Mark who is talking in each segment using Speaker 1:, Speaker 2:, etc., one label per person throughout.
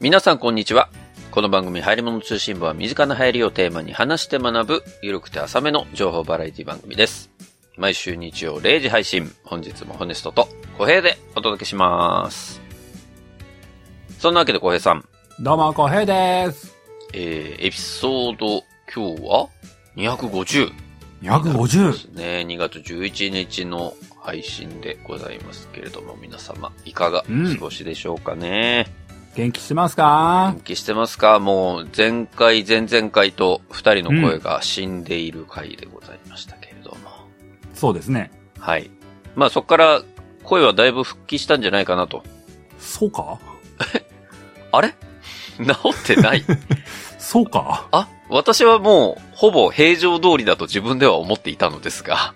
Speaker 1: 皆さんこんにちは。この番組、流行り物通信部は身近な流行りをテーマに話して学ぶ、ゆるくて浅めの情報バラエティ番組です。毎週日曜0時配信、本日もホネストと小平でお届けします。そんなわけで小平さん、
Speaker 2: どうも、こへいです。
Speaker 1: えー、エピソード、今日は 250?
Speaker 2: 250。
Speaker 1: ね、2月11日の配信でございますけれども、皆様、いかが
Speaker 2: うん
Speaker 1: お過ごしでしょうかね。
Speaker 2: 元気してますか
Speaker 1: 元気してますかもう、前回、前々回と、二人の声が死んでいる回でございましたけれども。
Speaker 2: そうですね。
Speaker 1: はい。まあ、そこから、声はだいぶ復帰したんじゃないかなと。
Speaker 2: そうか
Speaker 1: あれ治ってない
Speaker 2: そうか
Speaker 1: あ、私はもう、ほぼ平常通りだと自分では思っていたのですが。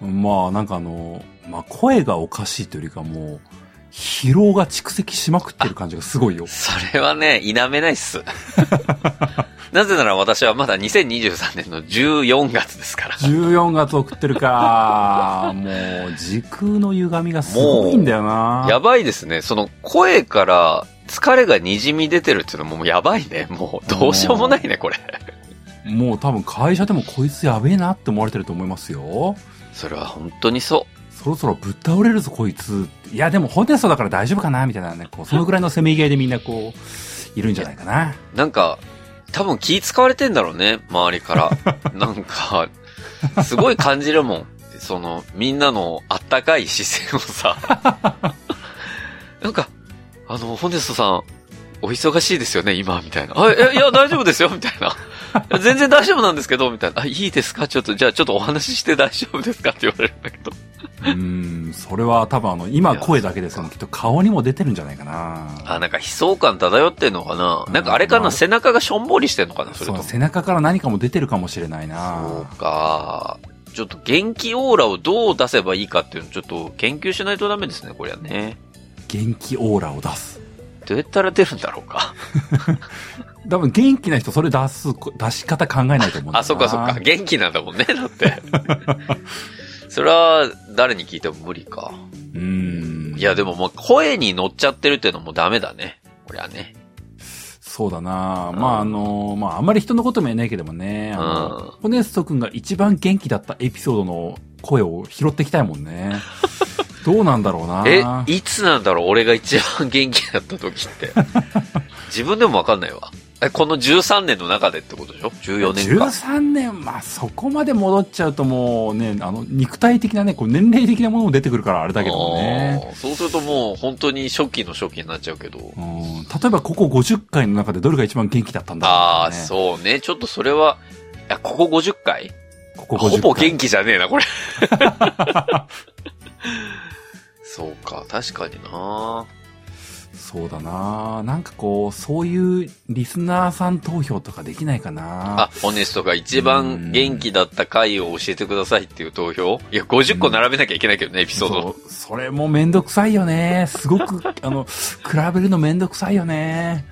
Speaker 2: まあ、なんかあの、まあ、声がおかしいというよりかもう、疲労が蓄積しまくってる感じがすごいよ。
Speaker 1: それはね、否めないっす。なぜなら私はまだ2023年の14月ですから。
Speaker 2: 14月送ってるか。もう、時空の歪みがすごいんだよな。
Speaker 1: やばいですね。その声から疲れが滲み出てるっていうのももうやばいね。もうどうしようもないね、これ。
Speaker 2: もう多分会社でもこいつやべえなって思われてると思いますよ。
Speaker 1: それは本当にそ
Speaker 2: そろそろぶっ倒れるぞ、こいつ。いや、でもホネストだから大丈夫かなみたいなね、こう、そのぐらいのせめぎ合いでみんなこう、いるんじゃない かな。
Speaker 1: う。なんか、多分気使われてんだろうね、周りから。 なんか、すごい感じるもん。その、みんなのあったかい視線を さ。なんか、あの、ホネストさん、お忙しいですよね、今、みたいな。あ、いや、いや大丈夫ですよ、みたいな。いや全然大丈夫なんですけど、みたいな。あ、いいですかちょっと、じゃあちょっとお話しして大丈夫ですかって言われるんだけど。
Speaker 2: うーん、それは多分あの、今声だけですけど、きっと顔にも出てるんじゃないかな。
Speaker 1: あ、なんか悲壮感漂ってんのかななんかあれか
Speaker 2: ま
Speaker 1: な
Speaker 2: あ
Speaker 1: 背中がしょんぼりしてんのかなそれと
Speaker 2: そう、
Speaker 1: も。
Speaker 2: 背中から何かも出てるかもしれない
Speaker 1: そ
Speaker 2: な。
Speaker 1: うか。ちょっと元気オーラをどう出せばいいかっていうのをちょっと研究しないとダメですね、こりゃね。
Speaker 2: 元気オーラを出す。
Speaker 1: どうやったら出るんだろうか。
Speaker 2: 多分元気な人、それ出す、出し方考えないと思うんだよな
Speaker 1: あ、そっかそっか。。元気なんだもんね、だって。 それは誰に聞いても無理か。
Speaker 2: うーん。
Speaker 1: いや、でももう声に乗っちゃってるっていうのもダメだね。こりゃね。
Speaker 2: そうだな、
Speaker 1: うん
Speaker 2: まああの、まああんまり人のことも言えないけどもね、あの、
Speaker 1: うん
Speaker 2: ホネスト君が一番元気だったエピソードの声を拾ってきたいもん ね。どうなんだろうな
Speaker 1: え、いつなんだろう俺が一番元気だった時って。 自分でもわかんないわ。え、この13年の中でってことでしょ ?14 年か。
Speaker 2: 13年、まあそこまで戻っちゃうともうね、あの、肉体的なね、こう年齢的なものも出てくるからあれだけどもね。
Speaker 1: あーそうするともう本当に初期の初期になっちゃうけど
Speaker 2: う。ん、例えばここ50回の中でどれが一番元気だったんだろう
Speaker 1: ああ、
Speaker 2: ね
Speaker 1: そうね。ちょっとそれは、いや、ここ50回
Speaker 2: ここ50
Speaker 1: ほ
Speaker 2: 回。
Speaker 1: ぼ元気じゃねえな、 これ。そうか、確かにな
Speaker 2: そうだななんかこう、そういうリスナーさん投票とかできないかな
Speaker 1: あ、ホネストが一番元気だった回を教えてくださいっていう投票いや、50個並べなきゃいけないけどね、エピソード。
Speaker 2: そうそれもめんどくさいよね。すごく、 あの、比べるのめんどくさいよね。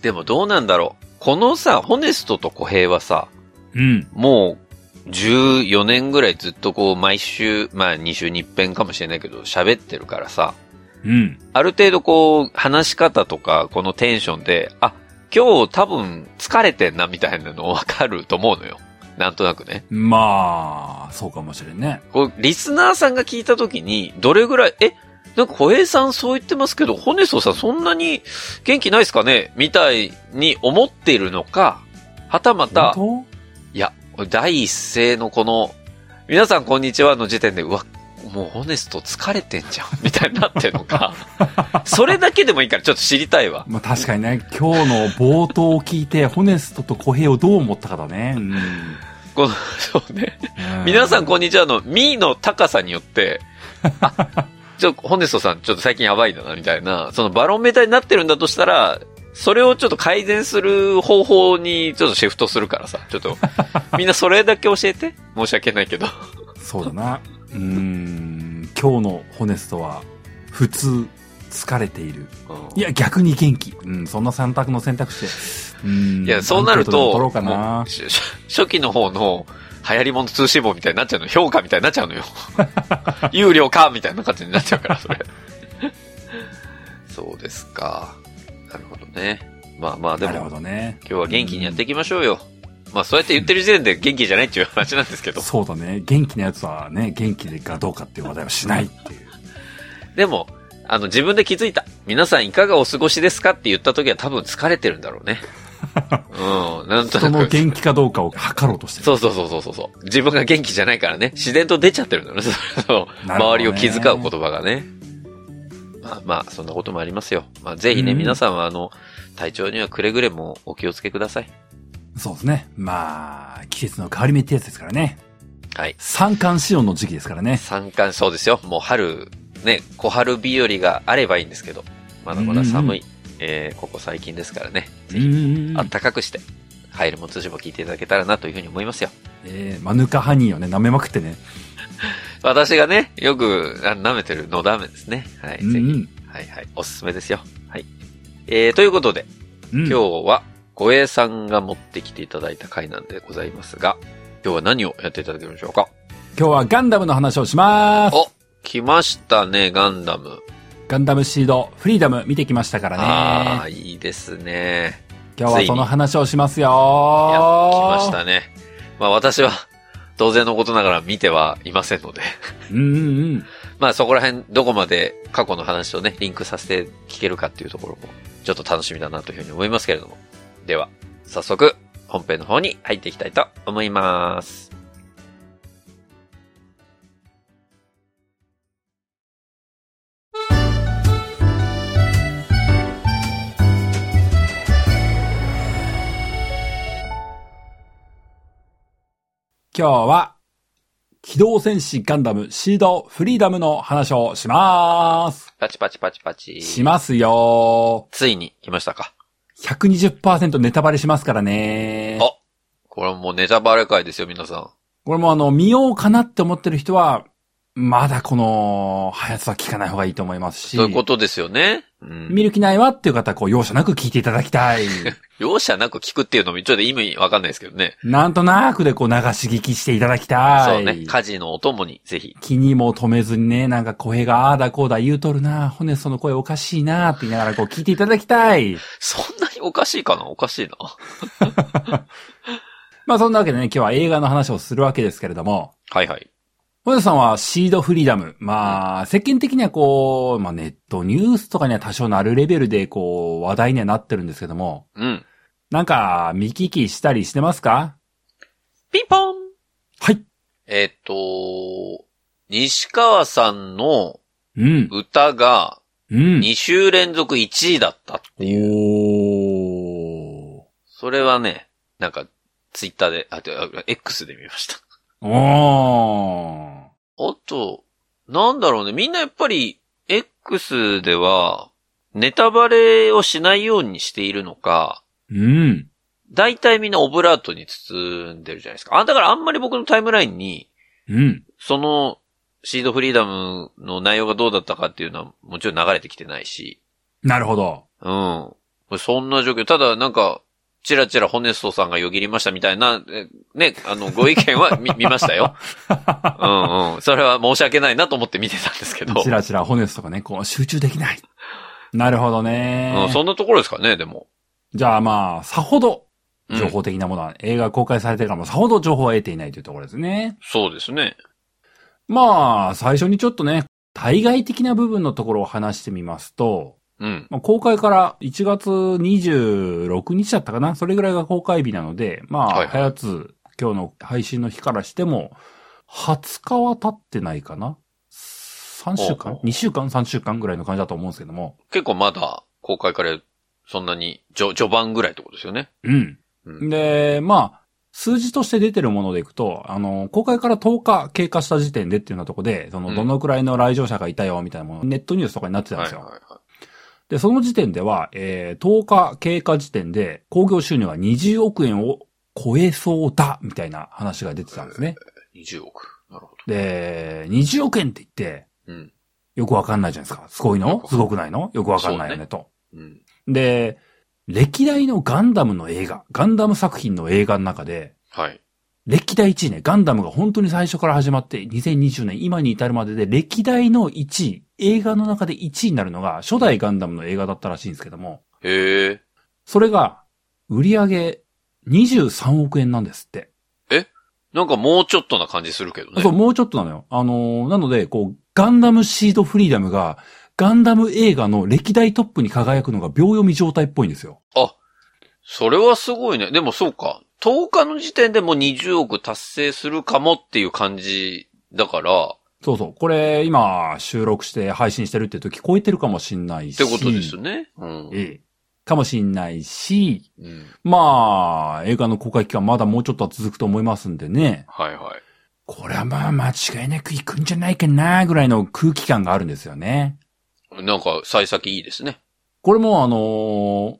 Speaker 1: でもどうなんだろう。このさ、ホネストと小平はさ、
Speaker 2: うん。
Speaker 1: もう14年ぐらいずっとこう毎週、まあ2週に一遍かもしれないけど喋ってるからさ、
Speaker 2: うん。
Speaker 1: ある程度こう話し方とかこのテンションで、あ、今日多分疲れてんなみたいなのわかると思うのよ。なんとなくね。
Speaker 2: まあ、そうかもしれんね。
Speaker 1: こう、リスナーさんが聞いた時に、どれぐらい、え、なんか小平さんそう言ってますけど、ホネストさんそんなに元気ないですかねみたいに思っているのか、はたまた、
Speaker 2: 本
Speaker 1: いや、第一声のこの、皆さんこんにちはの時点で、うわ、もうホネスト疲れてんじゃん、みたいになってるのか。それだけでもいいからちょっと知りたいわ。
Speaker 2: 当まあ確かにね、今日の冒頭を聞いて、ホネストと小平をどう思ったかだね。うん。
Speaker 1: この、そうね。 皆さん
Speaker 2: う
Speaker 1: こんにちはの、ミーの高さによって、あ、ちょ、ホネストさんちょっと最近やばいんだな、みたいな、そのバロメーターになってるんだとしたら、それをちょっと改善する方法にちょっとシフトするからさ、ちょっと、みんなそれだけ教えて。申し訳ないけど。
Speaker 2: そうだな。うん。今日のホネストは、普通、疲れている。
Speaker 1: うん
Speaker 2: いや、逆に元気。うん、そんな選択の選択肢で。うん。
Speaker 1: いや、そうなると、
Speaker 2: アンケートでも取ろうか
Speaker 1: も
Speaker 2: な
Speaker 1: う。しし初期の方の、流行り物通信簿みたいになっちゃうの、評価みたいになっちゃうの よ。有料かみたいな感じになっちゃうから、それ。そうですか。なるほどね。まあまあ、で
Speaker 2: なるほ
Speaker 1: も、
Speaker 2: どね。
Speaker 1: 今日は元気にやっていきましょうよ。まあ、そうやって言ってる時点で元気じゃないっていう話なんですけど。
Speaker 2: そうだね。元気なやつはね、元気でかどうかっていう話題はしないって いう。
Speaker 1: でも、あの、自分で気づいた。皆さんいかがお過ごしですかって言った時は多分疲れてるんだろう ね。うん、なんと
Speaker 2: 人
Speaker 1: な
Speaker 2: の
Speaker 1: く。
Speaker 2: 元気かどうかを測ろうとしてる。
Speaker 1: そうそうそうそうそうそう。自分が元気じゃないからね、自然と出ちゃってるんだろうね。その
Speaker 2: なるほ
Speaker 1: 周
Speaker 2: どね
Speaker 1: りを気遣う言葉がね。まあまあ、そんなこともありますよ。まあ、ぜひね、
Speaker 2: うん
Speaker 1: 皆さんはあの、体調にはくれぐれもお気をつけください。
Speaker 2: そうですね。まあ、季節の変わり目ってやつですからね。
Speaker 1: はい。
Speaker 2: 三寒四温の時期ですからね。
Speaker 1: 三寒、そうですよ。もう春、ね、小春日和があればいいんですけど、まだまだ寒い、えー、ここ最近ですからね。ぜひ、
Speaker 2: ん
Speaker 1: あったかくして、入るも通じも聞いていただけたらなというふうに思いますよ。
Speaker 2: えー、マヌカハニーをね、舐めまくってね。
Speaker 1: 私がね、よくあ舐めてるのだめですね。はい、
Speaker 2: うんう
Speaker 1: ぜひ。
Speaker 2: ん
Speaker 1: はいはい。おすすめですよ。はい。えー、ということで、
Speaker 2: うん
Speaker 1: 今日は、ごえさんが持ってきていただいた回なんでございますが、今日は何をやっていただきましょうか
Speaker 2: 今日はガンダムの話をします。
Speaker 1: お来ましたね、ガンダム。
Speaker 2: ガンダムシード、フリーダム見てきましたから
Speaker 1: あ
Speaker 2: ね。
Speaker 1: あ、いいですね。
Speaker 2: 今日はその話をしますよ
Speaker 1: いや、来ま
Speaker 2: 来
Speaker 1: したね。まあ私は、当然のことながら見てはいませんので。
Speaker 2: た。うんうんうん。
Speaker 1: まあそこら辺、どこまで過去の話とね、リンクさせて聞けるかっていうところも、ちょっと楽しみだなというふうに思いますけれども。では、早速、本編の方に入っていきたいと思います。
Speaker 2: 今日は、機動戦士ガンダムシードフリーダムの話をします。
Speaker 1: パチパチパチパチ。
Speaker 2: しますよ
Speaker 1: ついに来ましたか。
Speaker 2: 120%ネタバレしますからね。
Speaker 1: あこれはもうネタバレ会ですよ、皆さん。
Speaker 2: これもあの、見ようかなって思ってる人は、まだこの、速さは聞かない方がいいと思いますし。
Speaker 1: そういうことですよね。うん
Speaker 2: 見る気ないわっていう方は、こう、容赦なく聞いていただきたい。
Speaker 1: 容赦なく聞くっていうのもちょっと意味わかんないですけどね。
Speaker 2: なんとなくでこう流し聞きしていただきたい。
Speaker 1: そうね。家事のお供にぜひ。
Speaker 2: 気にも止めずにね、なんか小平がああだこうだ言うとるな、骨その声おかしいなって言いながらこう聞いていただきたい。
Speaker 1: そんなにおかしいかなおかしいな。
Speaker 2: まあそんなわけでね、今日は映画の話をするわけですけれども、
Speaker 1: はいはい。
Speaker 2: 骨さんはシードフリーダム。まあ、世間的にはこう、まあネットニュースとかには多少なるレベルでこう、話題にはなってるんですけども、
Speaker 1: うん。
Speaker 2: なんか、見聞きしたりしてますか
Speaker 1: ピンポン
Speaker 2: はい。
Speaker 1: えっと、西川さんの
Speaker 2: うん。
Speaker 1: 歌が
Speaker 2: うん。
Speaker 1: 2週連続1位だった。
Speaker 2: おー。
Speaker 1: それはね、なんか、ツイッターで、あ、てあ X で見ました。
Speaker 2: おー。
Speaker 1: あと、なんだろうね、みんなやっぱり、X では、ネタバレをしないようにしているのか、
Speaker 2: うん。
Speaker 1: 大体みんなオブラートに包んでるじゃないですか。あ、だからあんまり僕のタイムラインに、
Speaker 2: うん。
Speaker 1: その、シードフリーダムの内容がどうだったかっていうのはもちろん流れてきてないし、
Speaker 2: なるほど。
Speaker 1: うん。そんな状況。ただ、なんか、チラチラホネストさんがよぎりましたみたいな、えね、あの、ご意見は 見、見ましたよ。うんうん。それは申し訳ないなと思って見てたんですけど。
Speaker 2: チラチラ骨とかね、こう集中できない。なるほどね。
Speaker 1: うん、そんなところですかね、でも。
Speaker 2: じゃあまあ、さほど
Speaker 1: うん
Speaker 2: 情報的なものは、映画公開されてからもさほど情報は得ていないというところですね。
Speaker 1: そうですね。
Speaker 2: まあ、最初にちょっとね、対外的な部分のところを話してみますと、
Speaker 1: うん。
Speaker 2: まあ、公開から1月26日だったかなそれぐらいが公開日なので、ま
Speaker 1: はい
Speaker 2: あ、はやつ、今日の配信の日からしても、20日は経ってないかな ?3 週
Speaker 1: おう
Speaker 2: 間
Speaker 1: おう
Speaker 2: ?2 週間 ?3 週間ぐらいの感じだと思うんですけども。
Speaker 1: 結構まだ、公開から、そんなに、序序盤ぐらいってことですよね。
Speaker 2: うん。
Speaker 1: うん。
Speaker 2: で、まあ、数字として出てるものでいくと、あの、公開から10日経過した時点でっていうようなとこで、そ
Speaker 1: うん
Speaker 2: の、どのくらいの来場者がいたよ、みたいなもの、ネットニュースとかになってたん
Speaker 1: はい
Speaker 2: ですよ。
Speaker 1: はいは
Speaker 2: で、その時点では、えー、10日経過時点で、興行収入が20億円を超えそうだ、みたいな話が出てたんですね。
Speaker 1: い。20億。なるほ
Speaker 2: で、20億円って言って、
Speaker 1: ど。うん。
Speaker 2: よくわかんないじゃないですか。すごい
Speaker 1: よ
Speaker 2: の
Speaker 1: く
Speaker 2: すごくないのよくわかんない
Speaker 1: そう
Speaker 2: よ
Speaker 1: ね
Speaker 2: ね、と。
Speaker 1: うん。
Speaker 2: で、歴代のガンダムの映画、ガンダム作品の映画の中で、
Speaker 1: はい。
Speaker 2: 歴代1位ね、ガンダムが本当に最初から始まって、2020年、今に至るまでで、歴代の1位、映画の中で1位になるのが、初代ガンダムの映画だったらしいんですけども、
Speaker 1: へえ。
Speaker 2: それが、売り上げ23億円なんですって。
Speaker 1: なんかもうちょっとな感じするけどね。
Speaker 2: そう、もうちょっとなのよ。あのーなので、こう、ガンダムシードフリーダムが、ガンダム映画の歴代トップに輝くのが秒読み状態っぽいんですよ。
Speaker 1: それはすごいね。でもそうか。10日の時点でもう20億達成するかもっていう感じだから、
Speaker 2: そうそう。これ、今、収録して配信してるって時超えてるかもしんない
Speaker 1: っ
Speaker 2: し。
Speaker 1: てことですね。うん。
Speaker 2: ええ。かもしんないし、
Speaker 1: うん。
Speaker 2: まあ、映画の公開期間まだもうちょっとは続くと思いますんでね。
Speaker 1: はいはい。
Speaker 2: これはまあ間違いなく行くんじゃないかなぐらいの空気感があるんですよね。
Speaker 1: なんか、幸先いいですね。
Speaker 2: これもあの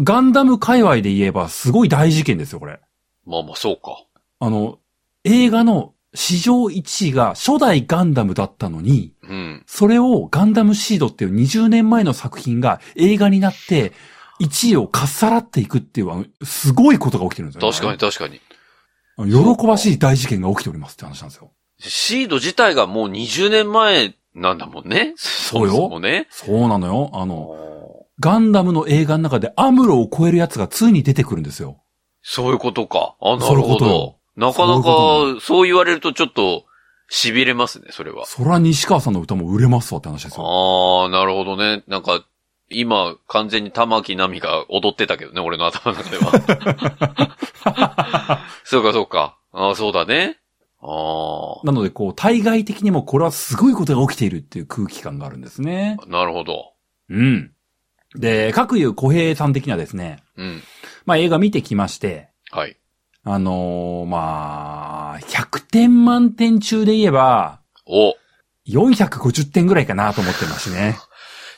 Speaker 2: ーガンダム界隈で言えばすごい大事件ですよ、これ。
Speaker 1: まあまあ、そうか。
Speaker 2: あの、映画の史上1位が初代ガンダムだったのに、
Speaker 1: うん。
Speaker 2: それをガンダムシードっていう20年前の作品が映画になって、1位をかっさらっていくっていう、あの、すごいことが起きてるんですよ、ね。
Speaker 1: 確かに確かに。
Speaker 2: あの。喜ばしい大事件が起きておりますって話なんですよ。
Speaker 1: シード自体がもう20年前なんだもんね。そう
Speaker 2: よ
Speaker 1: もそもね。
Speaker 2: そうなのよ。あの、ガンダムの映画の中でアムロを超えるやつがついに出てくるんですよ。
Speaker 1: そういうことか。あ、な
Speaker 2: そう
Speaker 1: る
Speaker 2: いうこ
Speaker 1: ほ
Speaker 2: と
Speaker 1: ど
Speaker 2: よ。
Speaker 1: なかな
Speaker 2: そういう
Speaker 1: か、そう言われるとちょっと、痺れますね、それは。
Speaker 2: そら西川さんの歌も売れますわって話ですよ。
Speaker 1: ああ、なるほどね。なんか、今、完全に玉木奈美が踊ってたけどね、俺の頭の中では。 そうか、そうか。ああ、そうだね。あ
Speaker 2: なので、こう、対外的にもこれはすごいことが起きているっていう空気感があるんですね。
Speaker 1: あ、なるほど。
Speaker 2: うん。で、各有小平さん的にはですね、
Speaker 1: うん。
Speaker 2: まあ映画見てきまして、
Speaker 1: はい。
Speaker 2: あのーまあ、100点満点中で言えば、
Speaker 1: お。
Speaker 2: 450点ぐらいかなと思ってますね。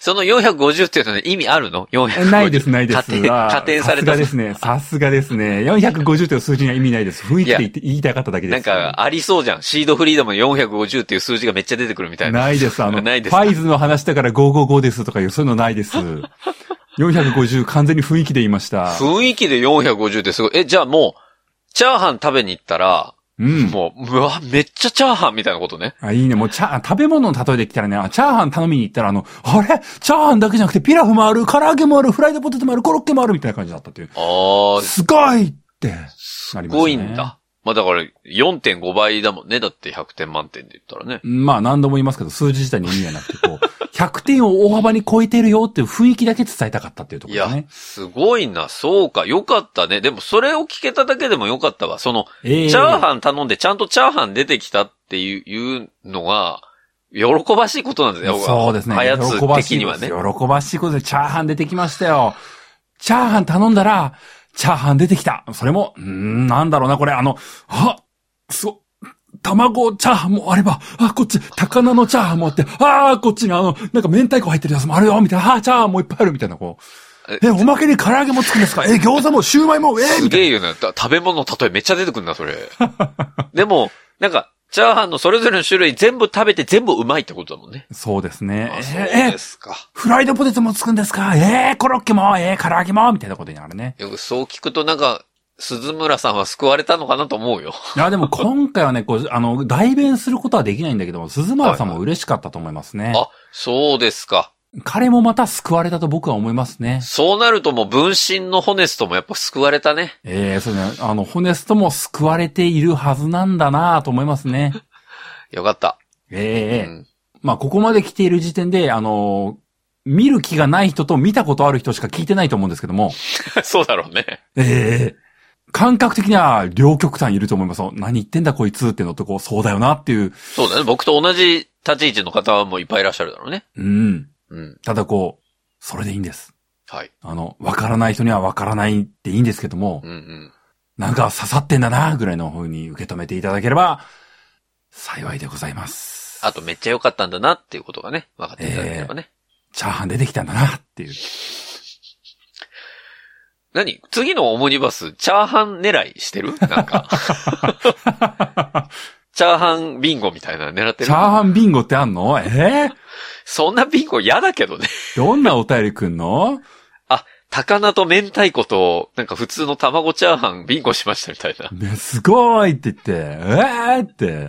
Speaker 1: その450っていうのは意味あるの ?450。
Speaker 2: ないです、ないです。
Speaker 1: 加点
Speaker 2: あー
Speaker 1: 加点された
Speaker 2: さすがですね。さすがですね。450という数字には意味ないです。雰囲気で言って言いたかっただけです。
Speaker 1: なんか、、ありそうじゃん。シードフリーダム450っていう数字がめっちゃ出てくるみたいな。
Speaker 2: ないです。あの、
Speaker 1: ないです
Speaker 2: ファイズの話だから555ですとかいう、そういうのない です。450完全に雰囲気で言いました。
Speaker 1: 雰囲気で450ってすごい。え、じゃあもう、チャーハン食べに行ったら、
Speaker 2: うん。
Speaker 1: もう、うわ、めっちゃチャーハンみたいなことね。
Speaker 2: あ、いいね。もう、チャー、食べ物の例えできたらね、あチャーハン頼みに行ったら、あの、あれチャーハンだけじゃなくて、ピラフもある、唐揚げもある、フライドポテトもある、コロッケもある、みたいな感じだったっていう。
Speaker 1: ああ、
Speaker 2: すごいって。
Speaker 1: す
Speaker 2: なりますね
Speaker 1: ごいんだ。まあだから、4.5倍だもんね。だって100点満点で言ったらね。
Speaker 2: まあ、何度も言いますけど、数字自体に意味がなくて、こう、100点を大幅に超えてるよっていう雰囲気だけ伝えたかったっていうとこ
Speaker 1: い
Speaker 2: ろです
Speaker 1: や
Speaker 2: ね、。
Speaker 1: すごいな。そうか。よかったね。でも、それを聞けただけでもよかったわ。その、
Speaker 2: ええ
Speaker 1: チャーハン頼んで、ちゃんとチャーハン出てきたっていういうのが、喜ばしいことなんですよ。
Speaker 2: そうですね。
Speaker 1: あやつ
Speaker 2: 喜ばし
Speaker 1: 的
Speaker 2: い
Speaker 1: に
Speaker 2: こ
Speaker 1: は
Speaker 2: とで
Speaker 1: ね
Speaker 2: す。喜ばしいことで、チャーハン出てきましたよ。チャーハン頼んだら、チャーハン出てきた。それも、うーんなんだろうな、これ、あの、あ、そう、卵チャーハンもあれば、あ、こっち、高菜のチャーハンもあって、あー、こっちにあの、なんか明太子入ってるやつもあるよ、みたいな、あー、チャーハンもいっぱいある、みたいな、こう
Speaker 1: え。
Speaker 2: え、おまけに唐揚げもつくんですかえ、餃子も、シューマイも、えー、
Speaker 1: す
Speaker 2: みたい
Speaker 1: げ
Speaker 2: な。
Speaker 1: えよな。た食べ物の例えめっちゃ出てくるな、そ れ。でも、なんか、チャーハンのそれぞれの種類全部食べて全部うまいってことだもんね。
Speaker 2: そうですね。
Speaker 1: あそう
Speaker 2: えー
Speaker 1: で
Speaker 2: え、
Speaker 1: すか。
Speaker 2: フライドポテトもつくんですかえー、コロッケも、えー、唐揚げも、みたいなことになるね。
Speaker 1: よくそう聞くとなんか、鈴村さんは救われたのかなと思うよ。
Speaker 2: いや、でも今回はね、こう、あの、代弁することはできないんだけども、鈴村さんも嬉しかったと思いますね。
Speaker 1: あ、そうですか。
Speaker 2: 彼もまた救われたと僕は思いますね。
Speaker 1: そうなるともう分身のホネストもやっぱ救われたね。
Speaker 2: ええそうね、あの、ホネストも救われているはずなんだなぁと思いますね。
Speaker 1: よかった。
Speaker 2: ええ
Speaker 1: うん
Speaker 2: まあ、ここまで来ている時点で、あの、見る気がない人と見たことある人しか聞いてないと思うんですけども、
Speaker 1: そうだろうね。
Speaker 2: ええ感覚的には両極端いると思います。何言ってんだこいつってのとこう、そうだよなっていう。
Speaker 1: そうだね。僕と同じ立ち位置の方もいっぱいいらっしゃるだろうね。
Speaker 2: うん。
Speaker 1: うん。
Speaker 2: ただこう、それでいいんです。
Speaker 1: はい。
Speaker 2: あの、わからない人にはわからないっていいんですけども
Speaker 1: う、んうん。
Speaker 2: なんか刺さってんだな、ぐらいの風に受け止めていただければ、幸いでございます。
Speaker 1: あとめっちゃ良かったんだなっていうことがね、分かっていただければね。
Speaker 2: チャーハン出てきたんだな、っていう。
Speaker 1: 何次のオムニバス、チャーハン狙いして るなんか。チャーハンビンゴみたいなの狙って
Speaker 2: チャー
Speaker 1: る
Speaker 2: ハンビンゴってあんのええ
Speaker 1: そんなビンゴ嫌だけどね。
Speaker 2: どんなお便りくんの
Speaker 1: 高菜と明太子と、なんか普通の卵チャーハンビンゴしましたみたいな。
Speaker 2: ねすごいって言って、ええって。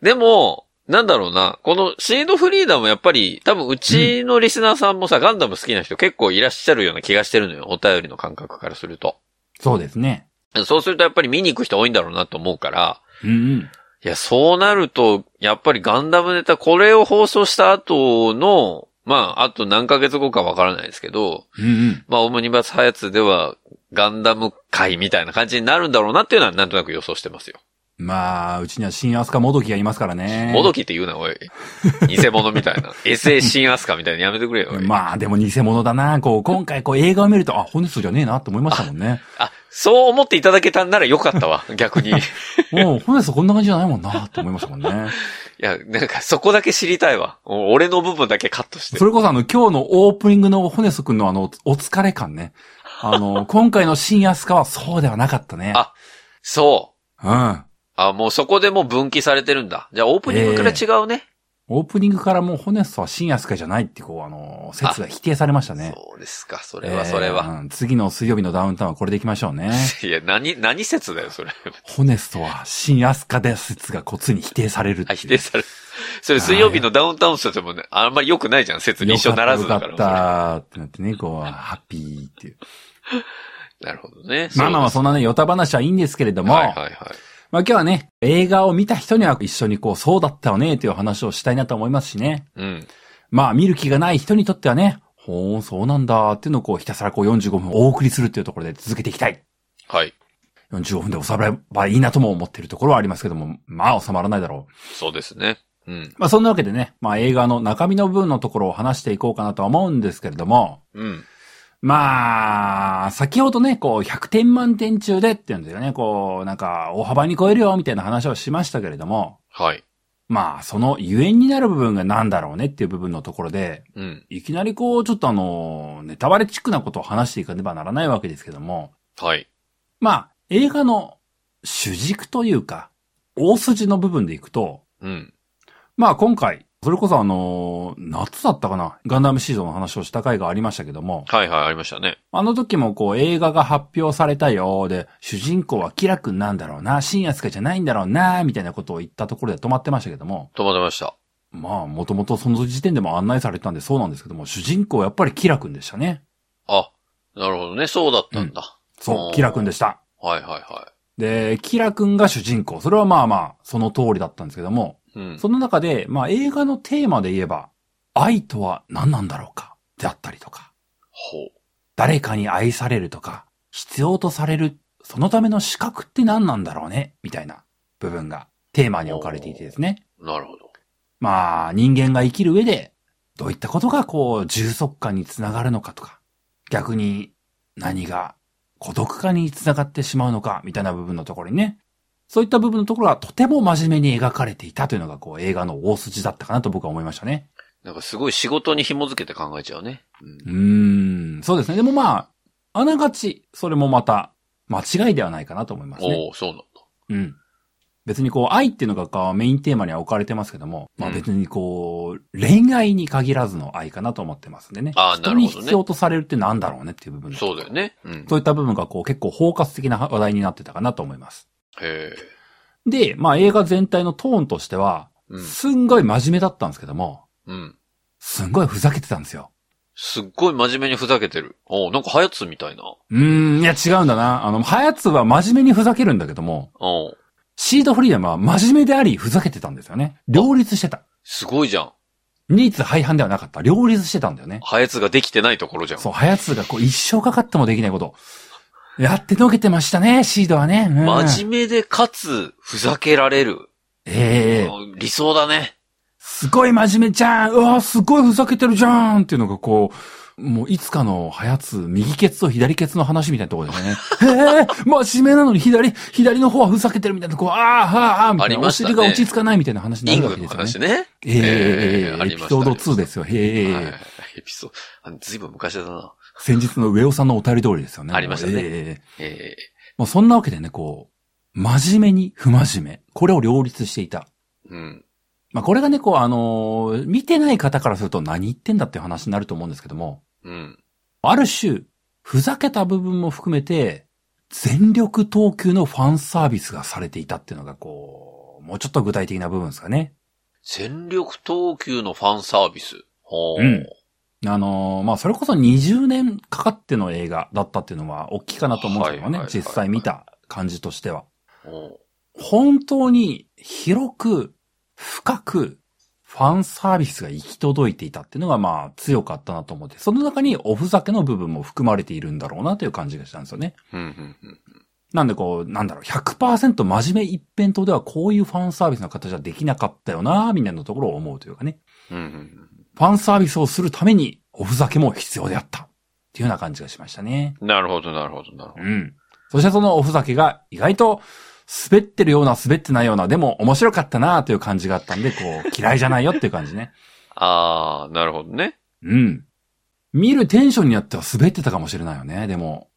Speaker 1: でも、なんだろうな、このシードフリーダムやっぱり、多分うちのリスナーさんもさ、ガンダム好きな人結構いらっしゃるような気がしてるのよ。お便りの感覚からすると。
Speaker 2: そうですね。
Speaker 1: そうするとやっぱり見に行く人多いんだろうなと思うから、
Speaker 2: うんうん。
Speaker 1: いや、そうなると、やっぱりガンダムネタ、これを放送した後の、まあ、あと何ヶ月後かわからないですけど、
Speaker 2: うんうん。
Speaker 1: まあ、オムニバスハヤツでは、ガンダム界みたいな感じになるんだろうなっていうのは、なんとなく予想してますよ。
Speaker 2: まあ、うちには新アスカもどきがいますからね。
Speaker 1: もどきって言うな、お い。偽物みたいな。エセ新アスカみたいなのやめてくれよ、おい。
Speaker 2: まあ、でも偽物だな。こう、今回こう映画を見ると、あ、本日じゃねえなって思いましたも んね。
Speaker 1: あ、そう思っていただけたんならよかったわ、逆 に。い
Speaker 2: もう、本日こんな感じじゃないもんなって思いましたもんね。
Speaker 1: や、なんかそこだけ知りたいわ。お俺の部分だけカットして
Speaker 2: そ。れこそあの、今日のオープニングのホネソ君のあの、お疲れ感ね。あ の、今回の新アスカはそうではなかったね。
Speaker 1: あそう。
Speaker 2: うん。
Speaker 1: あ、もうそこでもう分岐されてるんだ。じゃあオープニングから違うね。
Speaker 2: オープニングからもうホネソは新アスカじゃないってこう、あの、説が否定されましたね。
Speaker 1: そうですか、それはそれは。
Speaker 2: えーうん次の水曜日のダウンタウンはこれでいきましょうね。
Speaker 1: いや、何、何説だよ、 それ。
Speaker 2: ホネストは新アスカです説がこついに否定されるって
Speaker 1: あ、
Speaker 2: いう
Speaker 1: 否定される。それ水曜日のダウンタウンスでもね、あんまり良くないじゃん、説に一緒ならずだか
Speaker 2: よ
Speaker 1: ら。そ
Speaker 2: かったよかったってなってね、こう、ハッピーっていう。
Speaker 1: れなるほどね。
Speaker 2: まあまあまあそんなね、ヨタ話はいいんですけれども、
Speaker 1: はいはいはい。
Speaker 2: まあ今日はね、映画を見た人には一緒にこう、そうだったよね、という話をしたいなと思いますしね。
Speaker 1: うん。
Speaker 2: まあ見る気がない人にとってはね、ほーん、そうなんだ、っていうのをこう、ひたすらこう45分お送りするっていうところで続けていきたい。
Speaker 1: はい。
Speaker 2: 45分で収まればいいなとも思ってるところはありますけども、まあ収まらないだろう。
Speaker 1: そうですね。うん。
Speaker 2: まあそんなわけでね、まあ映画の中身の部分のところを話していこうかなとは思うんですけれども、
Speaker 1: うん。
Speaker 2: まあ、先ほどね、こう100点満点中でっていうんですよね、こうなんか大幅に超えるよみたいな話をしましたけれども、
Speaker 1: はい。
Speaker 2: まあそのゆえんになる部分が何だろうねっていう部分のところで、
Speaker 1: うん。
Speaker 2: いきなりこうちょっとあの、ネタバレチックなことを話していかねばならないわけですけども、
Speaker 1: はい。
Speaker 2: まあ映画の主軸というか、大筋の部分でいくと、
Speaker 1: うん。
Speaker 2: まあ今回、それこそあのー夏だったかなガンダムシードの話をした回がありましたけども、
Speaker 1: はいはい、ありましたね。
Speaker 2: あの時もこう映画が発表されたようで、主人公はキラ君なんだろうな、新扱いじゃないんだろうな、みたいなことを言ったところで止まってましたけども、
Speaker 1: 止まってました。
Speaker 2: まあもともとその時点でも案内されてたんでそうなんですけども、主人公はやっぱりキラ君でしたね。
Speaker 1: あ、なるほどね。そうだったんだ。
Speaker 2: そ
Speaker 1: お
Speaker 2: う、
Speaker 1: ー
Speaker 2: キラ君でした。
Speaker 1: はいはいは
Speaker 2: で、キラ君が主人公。それはまあまあ、その通りだったんですけども、
Speaker 1: い。うん。
Speaker 2: その中で、まあ映画のテーマで言えば、愛とは何なんだろうか、であったりとか、
Speaker 1: ほ
Speaker 2: 誰かに愛されるとか、必要とされる、そのための資格って何なんだろうね、みたいな部分がテーマに置かれていてですね。
Speaker 1: う。なるほど。
Speaker 2: まあ、人間が生きる上で、どういったことがこう、充足感につながるのかとか、逆に何が孤独化につながってしまうのか、みたいな部分のところにね、そういった部分のところはとても真面目に描かれていたというのがこう、映画の大筋だったかなと僕は思いましたね。
Speaker 1: なんかすごい仕事に紐づけて考えちゃうね。うん
Speaker 2: うーん、そうですね。でもまあ、あながち、それもまた、間違いではないかなと思いますね。
Speaker 1: おおそうなんだ。
Speaker 2: うん。別にこう、愛っていうのがこうメインテーマには置かれてますけども、まあ
Speaker 1: うん
Speaker 2: 別にこう、恋愛に限らずの愛かなと思ってますんでね。
Speaker 1: あーなるほどね
Speaker 2: 人に必要とされるってなんだろうねっていう部分。
Speaker 1: そうだよ。ね。うん。
Speaker 2: そういった部分がこう、結構包括的な話題になってたかなと思います。
Speaker 1: へえ。
Speaker 2: で、まあ映画全体のトーンとしては、
Speaker 1: うん。
Speaker 2: すんごい真面目だったんですけども、
Speaker 1: うん。
Speaker 2: すんごいふざけてたんですよ。
Speaker 1: すっごい真面目にふざけてる。おおなんかハヤツみたいな。
Speaker 2: うーん、いや違うんだな。あの、ハヤツは真面目にふざけるんだけども、
Speaker 1: おお
Speaker 2: シードフリーダムは真面目であり、ふざけてたんですよね。両立してた。
Speaker 1: すごいじゃん。
Speaker 2: ニーツ廃反ではなかった。両立してたんだよね。
Speaker 1: ハヤツができてないところじゃん。
Speaker 2: そう、ハヤツがこう一生かかってもできないこと。やってのけてましたね、シードはね。うん
Speaker 1: 真面目でかつ、ふざけられる。
Speaker 2: ええ
Speaker 1: うん理想だね。
Speaker 2: すごい真面目じゃんうわすごいふざけてるじゃんっていうのがこう、もういつかのハヤツ、右ケツと左ケツの話みたいなところ ですね。ええ真面目なのに左、左の方はふざけてるみたいな、こう、ああ、ああ、ああ、みたい
Speaker 1: あ
Speaker 2: な、
Speaker 1: り
Speaker 2: お
Speaker 1: ましたね
Speaker 2: 尻が落ち着かないみたいな話にな
Speaker 1: イン
Speaker 2: るわ
Speaker 1: グ
Speaker 2: けで
Speaker 1: の
Speaker 2: すよね。
Speaker 1: 話ね。
Speaker 2: ええええ
Speaker 1: ええ
Speaker 2: え
Speaker 1: あ
Speaker 2: え
Speaker 1: りまし
Speaker 2: エ
Speaker 1: た
Speaker 2: ピソード2ですよ。へえ、
Speaker 1: はいエピソード、あのずいぶん昔だな。
Speaker 2: 先日の上尾さんのお便り通りですよね。
Speaker 1: ありましたね
Speaker 2: ええええ
Speaker 1: ええ
Speaker 2: もうそんなわけでね、こう、真面目に不真面目。これを両立していた。
Speaker 1: うん。
Speaker 2: まあこれがね、こう、あのー見てない方からすると何言ってんだっていう話になると思うんですけども、
Speaker 1: うん。
Speaker 2: ある種、ふざけた部分も含めて、全力投球のファンサービスがされていたっていうのが、こう、もうちょっと具体的な部分ですかね。
Speaker 1: 全力投球のファンサービス。ほう。
Speaker 2: うんあのーまあ、それこそ20年かかっての映画だったっていうのは大きいかなと思うんですけどね、
Speaker 1: はいはいはいはい
Speaker 2: 実際見た感じとしては。
Speaker 1: ほ
Speaker 2: 本当に広く、深く、ファンサービスが行き届いていたっていうのがまあ強かったなと思って、その中におふざけの部分も含まれているんだろうなという感じがしたんですよね。
Speaker 1: う。うん、うん、うん。
Speaker 2: なんでこう、なんだろう、100%真面目一辺倒ではこういうファンサービスの形はできなかったよな、みたいなところを思うというかね。
Speaker 1: うん、うん
Speaker 2: ファンサービスをするためにおふざけも必要であった。っていうような感じがしましたね。
Speaker 1: うん。なるほど、なるほど、なるほど。
Speaker 2: うん。そしてそのおふざけが意外と滑ってるような滑ってないような、でも面白かったなという感じがあったんで、こ う、嫌いじゃないよっていう感じね。
Speaker 1: あー、なるほどね。
Speaker 2: うん。見るテンションによっては滑ってたかもしれないよね。でも、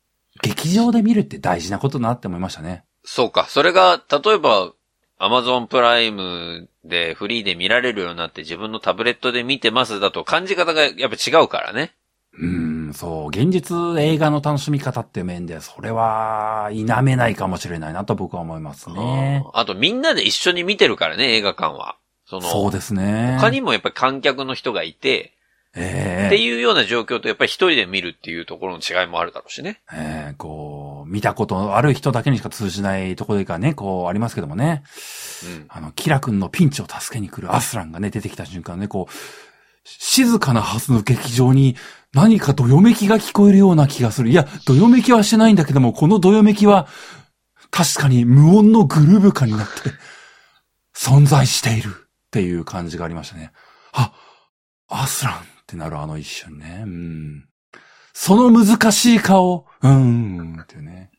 Speaker 2: 劇場で見るって大事なことだなって思いましたね。
Speaker 1: そうか。それが、例えば、アマゾンプライムでフリーで見られるようになって自分のタブレットで見てますだと感じ方がやっぱ違うからね。
Speaker 2: うん、そう。現実映画の楽しみ方っていう面で、それは否めないかもしれないなと僕は思いますね。
Speaker 1: あとみんなで一緒に見てるからね、映画館は。その、
Speaker 2: そうですね。
Speaker 1: 他にもやっぱり観客の人がいて、
Speaker 2: ええ
Speaker 1: っていうような状況とやっぱり一人で見るっていうところの違いもあるだろうしね。
Speaker 2: えーこう、見たことある人だけにしか通じないところがね、こうありますけどもね。
Speaker 1: うん。
Speaker 2: あの、キラ君のピンチを助けに来るアスランがね、出てきた瞬間ね、こう、静かなはずの劇場に何かどよめきが聞こえるような気がする。いや、どよめきはしてないんだけども、このどよめきは、確かに無音のグルーブ感になって、存在しているっていう感じがありましたね。あ、アスランってなるあの一瞬ね。うん。その難しい顔。うん、っていうね。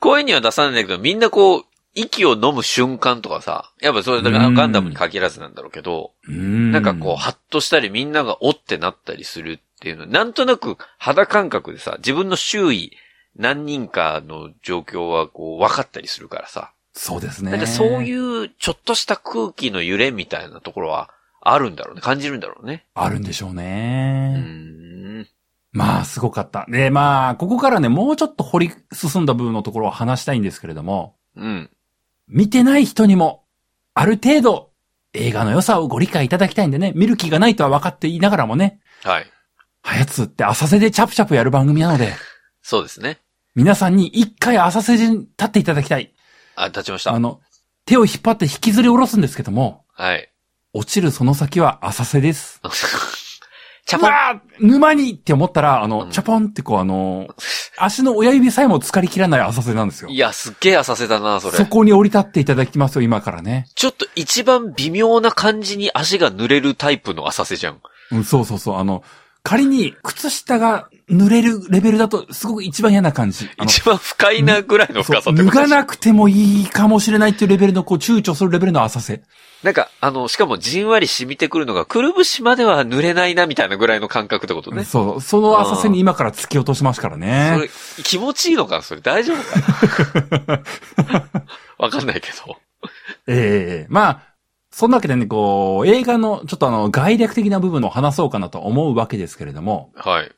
Speaker 1: 声には出さないんだけど、みんなこう、息を飲む瞬間とかさ、やっぱそれだから
Speaker 2: うん
Speaker 1: ガンダムに限らずなんだろうけど、
Speaker 2: うん。
Speaker 1: なんかこう、ハッとしたりみんながおってなったりするっていうの、なんとなく肌感覚でさ、自分の周囲何人かの状況はこう、分かったりするからさ、
Speaker 2: そうです
Speaker 1: なん
Speaker 2: ね。
Speaker 1: かそう
Speaker 2: う。
Speaker 1: いうちょっとした空気の揺れみたいなところはあるんだろうね、感じるんだろうね。
Speaker 2: あるんでしょう
Speaker 1: う
Speaker 2: ね。
Speaker 1: ん。
Speaker 2: まあ、すごかった。で、まあ、ここからね、もうちょっと掘り進んだ部分のところを話したいんですけれども、
Speaker 1: うん。
Speaker 2: 見てない人にも、ある程度、映画の良さをご理解いただきたいんでね、見る気がないとは分かっていながらもね、
Speaker 1: はい。
Speaker 2: 早津って浅瀬でチャプチャプやる番組なので、
Speaker 1: そうですね。
Speaker 2: 皆さんに一回浅瀬に立っていただきたい。
Speaker 1: あ、立ちました
Speaker 2: あ。の、手を引っ張って引きずり下ろすんですけども、
Speaker 1: はい。
Speaker 2: 落ちるその先は浅瀬です。
Speaker 1: チャ
Speaker 2: う
Speaker 1: ポン。
Speaker 2: わー沼にって思ったら、あの、
Speaker 1: うん
Speaker 2: チャポンってこうあの、足の親指さえも浸かりきらない浅瀬なんです よ。
Speaker 1: いや、すっげえ浅瀬だな、それ。
Speaker 2: こに降り立っていただきますよ、今からね。
Speaker 1: ちょっと一番微妙な感じに足が濡れるタイプの浅瀬じゃん。
Speaker 2: うん、そうそうそう。あの、仮に靴下が濡れるレベルだと、すごく一番嫌な感じ。あの
Speaker 1: 一番不快なぐらいの深さ
Speaker 2: そう
Speaker 1: って
Speaker 2: 脱
Speaker 1: こと
Speaker 2: が
Speaker 1: でしょ
Speaker 2: なくてもいいかもしれないっていうレベルの、こう、躊躇するレベルの浅瀬。
Speaker 1: なんか、あの、しかもじんわり染みてくるのが、くるぶしまでは濡れないな、みたいなぐらいの感覚ってことね。
Speaker 2: そう、その浅瀬に今から突き落としますから
Speaker 1: そ
Speaker 2: ね。
Speaker 1: れ、気持ちいいのかなそれ大丈夫かな わかんないけど。
Speaker 2: ええええまあ、そんなわけでね、こう、映画の、ちょっとあの、概略的な部分を話そうかなと思うわけですけれども、
Speaker 1: はい。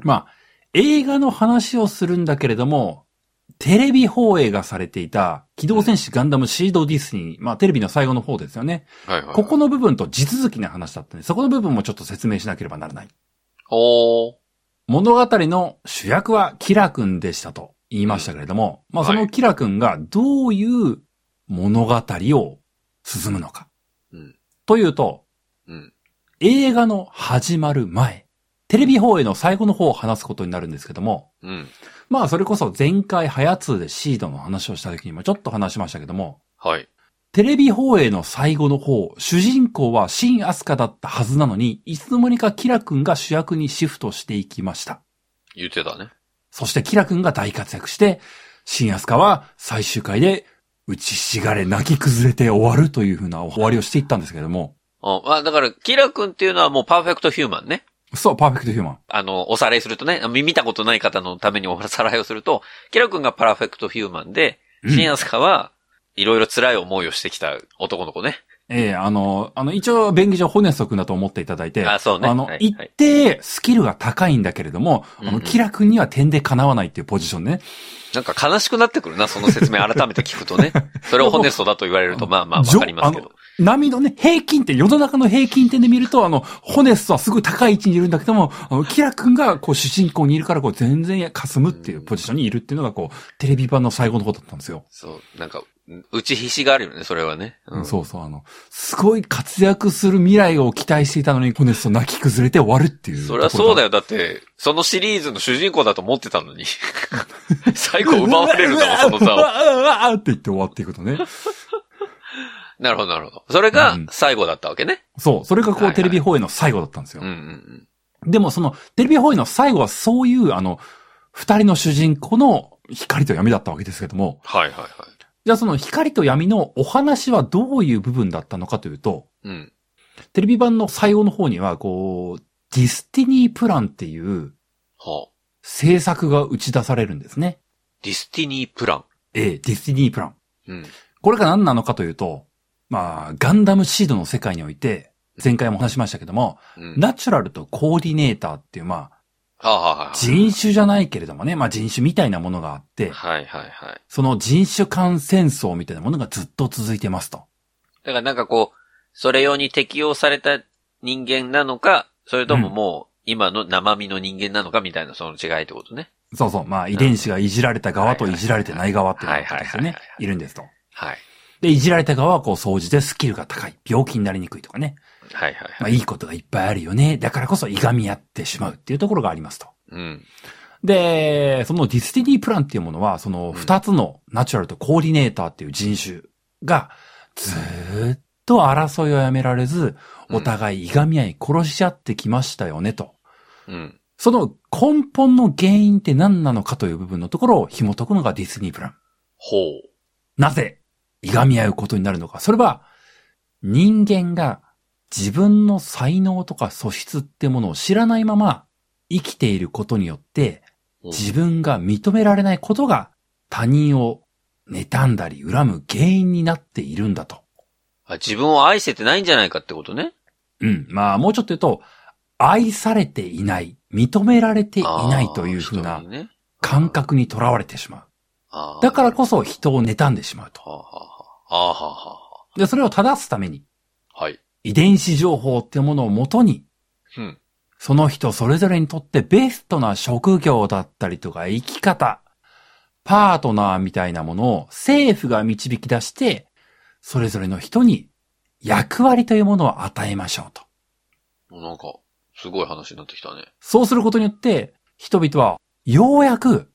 Speaker 2: まあ、映画の話をするんだけれども、テレビ放映がされていた、機動戦士ガンダムシードディスニー、まあテレビの最後の方ですよね。
Speaker 1: はいはい。
Speaker 2: ここの部分と地続きの話だったんで、そこの部分もちょっと説明しなければならない。
Speaker 1: おー。
Speaker 2: 物語の主役はキラ君でしたと言いましたけれども、まあそ
Speaker 1: は
Speaker 2: の
Speaker 1: い
Speaker 2: キラ君がどういう物語を進むのか。
Speaker 1: うん。
Speaker 2: というと、
Speaker 1: うん。
Speaker 2: 映画の始まる前、テレビ放映の最後の方を話すことになるんですけども、
Speaker 1: うん。
Speaker 2: まあ、それこそ前回、ハヤツーでシードの話をした時にもちょっと話しましたけども、
Speaker 1: はい。
Speaker 2: テレビ放映の最後の方、主人公はシン・アスカだったはずなのに、いつの間にかキラ君が主役にシフトしていきました。
Speaker 1: 言ってたね。
Speaker 2: そしてキラ君が大活躍して、シン・アスカは最終回で、打ちひしがれ泣き崩れて終わるというふうな終わりをしていったんですけれども、
Speaker 1: うん。あ、だから、キラ君っていうのはもうパーフェクトヒューマンね。
Speaker 2: そう、パーフェクトヒューマン。
Speaker 1: あの、おさらいするとね、あ見見たことない方のためにおさらいをすると、キラ君がパーフェクトヒューマンで、
Speaker 2: うん
Speaker 1: シンアスカは、いろいろ辛い思いをしてきた男の子ね。
Speaker 2: ええあの、あの、一応、便宜上、ホネスト君だと思っていただいて、
Speaker 1: あそうね
Speaker 2: あの、
Speaker 1: はい
Speaker 2: 一定、スキルが高いんだけれども、あ
Speaker 1: うんう
Speaker 2: の、
Speaker 1: ん
Speaker 2: キラ君には点で叶わないっていうポジションね。
Speaker 1: なんか 悲しくなってくるな、その説明改めて聞くとね。それをホネストだと言われると、まあまあわかりますけど。
Speaker 2: 波のね、平均点、世の中の平均点で見ると、あの、ホネストはすごい高い位置にいるんだけども、あの、キラ君が、こう、主人公にいるから、こう、全然霞むっていうポジションにいるっていうのが、こう、テレビ版の最後のことだったんですよ。
Speaker 1: そう、なんか、打ちひしがあるよね、それはね。うん。
Speaker 2: そうそう、あの、すごい活躍する未来を期待していたのに、ホネスト泣き崩れて終わるっていう。
Speaker 1: それはそうだ
Speaker 2: よ。
Speaker 1: よ。だって、そのシリーズの主人公だと思ってたの に。最後奪われるんだもん、その
Speaker 2: うわう
Speaker 1: さ。
Speaker 2: わうわうわうわって言って終わっていくとね。
Speaker 1: なるほど、なるほど。それが最後だったわけね。
Speaker 2: そう、それがこ、
Speaker 1: はいうはい
Speaker 2: テレビ放映の最後だったんですよ
Speaker 1: うん、う。ん、うん。
Speaker 2: でもその、テレビ放映の最後はそういう、あの、二人の主人公の光と闇だったわけですけども、
Speaker 1: はい、はい、はい。
Speaker 2: じゃあその光と闇のお話はどういう部分だったのかというと、
Speaker 1: うん。
Speaker 2: テレビ版の最後の方には、こう、ディスティニープランっていう
Speaker 1: はあ。
Speaker 2: 制作が打ち出されるんですね。
Speaker 1: ディスティニープラン。
Speaker 2: ええ、ディスティニープラン。
Speaker 1: うん。
Speaker 2: これが何なのかというと、まあ、ガンダムシードの世界において、前回も話しましたけども、
Speaker 1: うん。
Speaker 2: ナチュラルとコーディネーターっていう、ま
Speaker 1: はあ、はあは
Speaker 2: あ、
Speaker 1: あ、
Speaker 2: 人種じゃないけれどもね、まあ人種みたいなものがあって、
Speaker 1: はい、はい、はい。
Speaker 2: その人種間戦争みたいなものがずっと続いてますと。
Speaker 1: だからなんかこう、それ用に適用された人間なのか、それとももう、今の生身の人間なのかみたいなその違いってことね。
Speaker 2: そうそう。まあ、遺伝子がいじられた側といじられてない側っていうのがあるんですよ
Speaker 1: はい
Speaker 2: ね
Speaker 1: はいはい。はい
Speaker 2: いるんですと。
Speaker 1: はい。
Speaker 2: で、いじられた側はこう、掃除でスキルが高い。病気になりにくいとかね。
Speaker 1: はいはい
Speaker 2: ま
Speaker 1: は
Speaker 2: あ、
Speaker 1: い。
Speaker 2: いいことがいっぱいあるよね。だからこそ、いがみ合ってしまうっていうところがありますと。
Speaker 1: うん。
Speaker 2: で、そのディスティニープランっていうものは、その
Speaker 1: ん
Speaker 2: 二つのナチュラルとコーディネーターっていう人種が、ずーっと争いをやめられず、
Speaker 1: うん
Speaker 2: お互いいがみ合い殺し合ってきましたよねと。
Speaker 1: うん。
Speaker 2: その根本の原因って何なのかという部分のところを紐解くのがディスニープラン。
Speaker 1: ほう。
Speaker 2: なぜ、いがみ合うことになるのか。それは、人間が自分の才能とか素質ってものを知らないまま生きていることによって、
Speaker 1: うん
Speaker 2: 自分が認められないことが他人を妬んだり恨む原因になっているんだと。
Speaker 1: あ自分を愛せてないんじゃないかってことね。
Speaker 2: うん。まあ、もうちょっと言うと、愛されていない、認められていないというふう
Speaker 1: あー
Speaker 2: な
Speaker 1: 人にね
Speaker 2: 感覚にとらわれてしまう。
Speaker 1: あー
Speaker 2: だからこそ人を妬んでしまうと。
Speaker 1: はあはあはあ。あーはあは
Speaker 2: で、それを正すために、
Speaker 1: あはい。
Speaker 2: 遺伝子情報っていうものをもとに、
Speaker 1: うん。
Speaker 2: その人それぞれにとってベストな職業だったりとか生き方、パートナーみたいなものを政府が導き出して、それぞれの人に役割というものを与えましょうと。
Speaker 1: なんか、すごい話になってきたね。
Speaker 2: そうすることによって、人々はようやく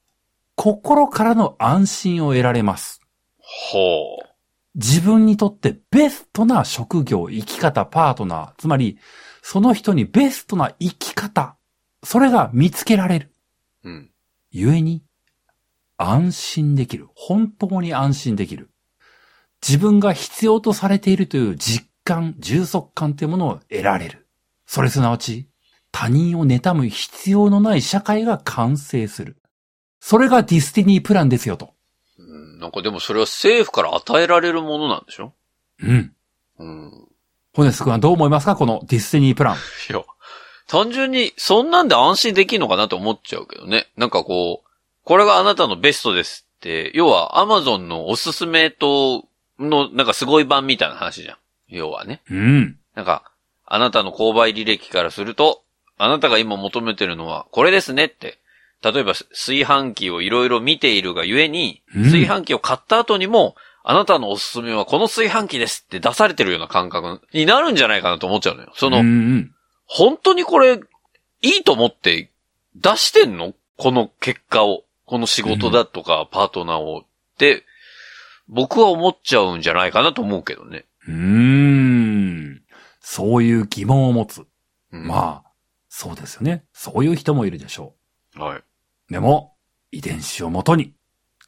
Speaker 2: 心からの安心を得られます。
Speaker 1: ほう。
Speaker 2: 自分にとってベストな職業、生き方、パートナー、つまり、その人にベストな生き方、それが見つけられる。
Speaker 1: うん。
Speaker 2: 故に、安心できる。本当に安心できる。自分が必要とされているという実感、充足感というものを得られる。それすなわち、他人を妬む必要のない社会が完成する。それがディスティニープランですよと。
Speaker 1: うんなんかでもそれは政府から与えられるものなんでしょ
Speaker 2: うん。
Speaker 1: うん。
Speaker 2: ホネス君はどう思いますかこのディスティニープラン。
Speaker 1: いや、単純に、そんなんで安心できるのかなと思っちゃうけどね。なんかこう、これがあなたのベストですって、要は Amazon のおすすめと、の、なんかすごい版みたいな話じゃん。要はね。
Speaker 2: うん。
Speaker 1: なんか、あなたの購買履歴からすると、あなたが今求めてるのはこれですねって。例えば、炊飯器をいろいろ見ているがゆえに、
Speaker 2: うん
Speaker 1: 炊飯器を買った後にも、あなたのおすすめはこの炊飯器ですって出されてるような感覚になるんじゃないかなと思っちゃうのよ。その
Speaker 2: うん、うん、
Speaker 1: 本当にこれ、いいと思って出してんのこの結果を。この仕事だとか、パートナーを。って、僕は思っちゃうんじゃないかなと思うけどね。
Speaker 2: うーん。そういう疑問を持つ。
Speaker 1: うん、
Speaker 2: まあ、そうですよね。そういう人もいるでしょ
Speaker 1: あ。はい。
Speaker 2: う。でも、遺伝子をもとに、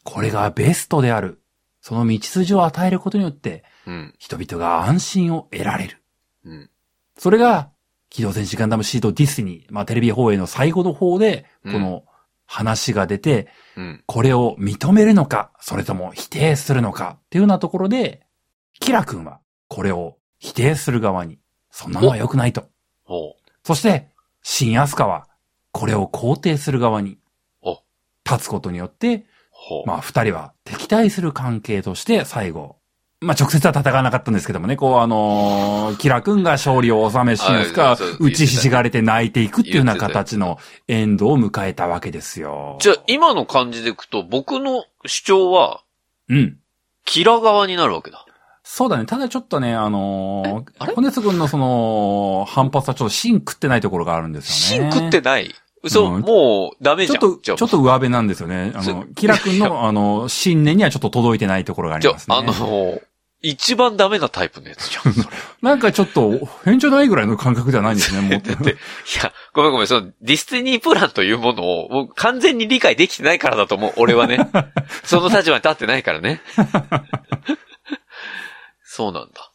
Speaker 2: これがベストである。その道筋を与えることによって、
Speaker 1: うん。
Speaker 2: 人々が安心を得られる。
Speaker 1: うん。
Speaker 2: それが、機動戦士ガンダムシードディスティニー、まあテレビ放映の最後の方で、
Speaker 1: うん
Speaker 2: この話が出て、
Speaker 1: うん。
Speaker 2: これを認めるのか、それとも否定するのか、っていうようなところで、キラ君はこれを否定する側に、そんなのは良くないと。
Speaker 1: ほう。
Speaker 2: そして、新アスカはこれを肯定する側に
Speaker 1: お、
Speaker 2: 立つことによって、
Speaker 1: ほう。
Speaker 2: まあ二人は敵対する関係として最後、まあ、直接は戦わなかったんですけどもね、こう、あのーキラ君が勝利を収め、シノス
Speaker 1: は
Speaker 2: が
Speaker 1: いそう
Speaker 2: 打ちひしがれて泣いていくっていうような
Speaker 1: 言ってた
Speaker 2: 形のエンドを迎えたわけですよ。
Speaker 1: じゃあ、今の感じでいくと、僕の主張は、
Speaker 2: うん。
Speaker 1: キラ側になるわけだ。
Speaker 2: そうだね。ただちょっとね、あの
Speaker 1: えあれ
Speaker 2: ー、小根津君のその、反発はちょっと芯食ってないところがあるんです
Speaker 1: シ
Speaker 2: よ
Speaker 1: ン
Speaker 2: ね。
Speaker 1: クってない嘘、
Speaker 2: うん
Speaker 1: もう、ダメ
Speaker 2: ち
Speaker 1: じ
Speaker 2: ょ
Speaker 1: ゃ
Speaker 2: っ
Speaker 1: ん。
Speaker 2: と、ち
Speaker 1: じゃ
Speaker 2: ょっ
Speaker 1: あ
Speaker 2: と上辺なんですよね。あ
Speaker 1: そ
Speaker 2: の、キラ君
Speaker 1: い
Speaker 2: の、あの、信念にはちょっと届いてないところがあり
Speaker 1: じゃ
Speaker 2: ますね。
Speaker 1: あ、あの、一番ダメなタイプのやつじゃん、それ。
Speaker 2: なんかちょっと、変じゃないぐらいの感覚ではない んですね、もう。
Speaker 1: でいや、ごめんごめん、その、ディスティニープランというものを、もう完全に理解できてないからだと思う、俺 はね。その立場に立ってないからね。 そうなんだ。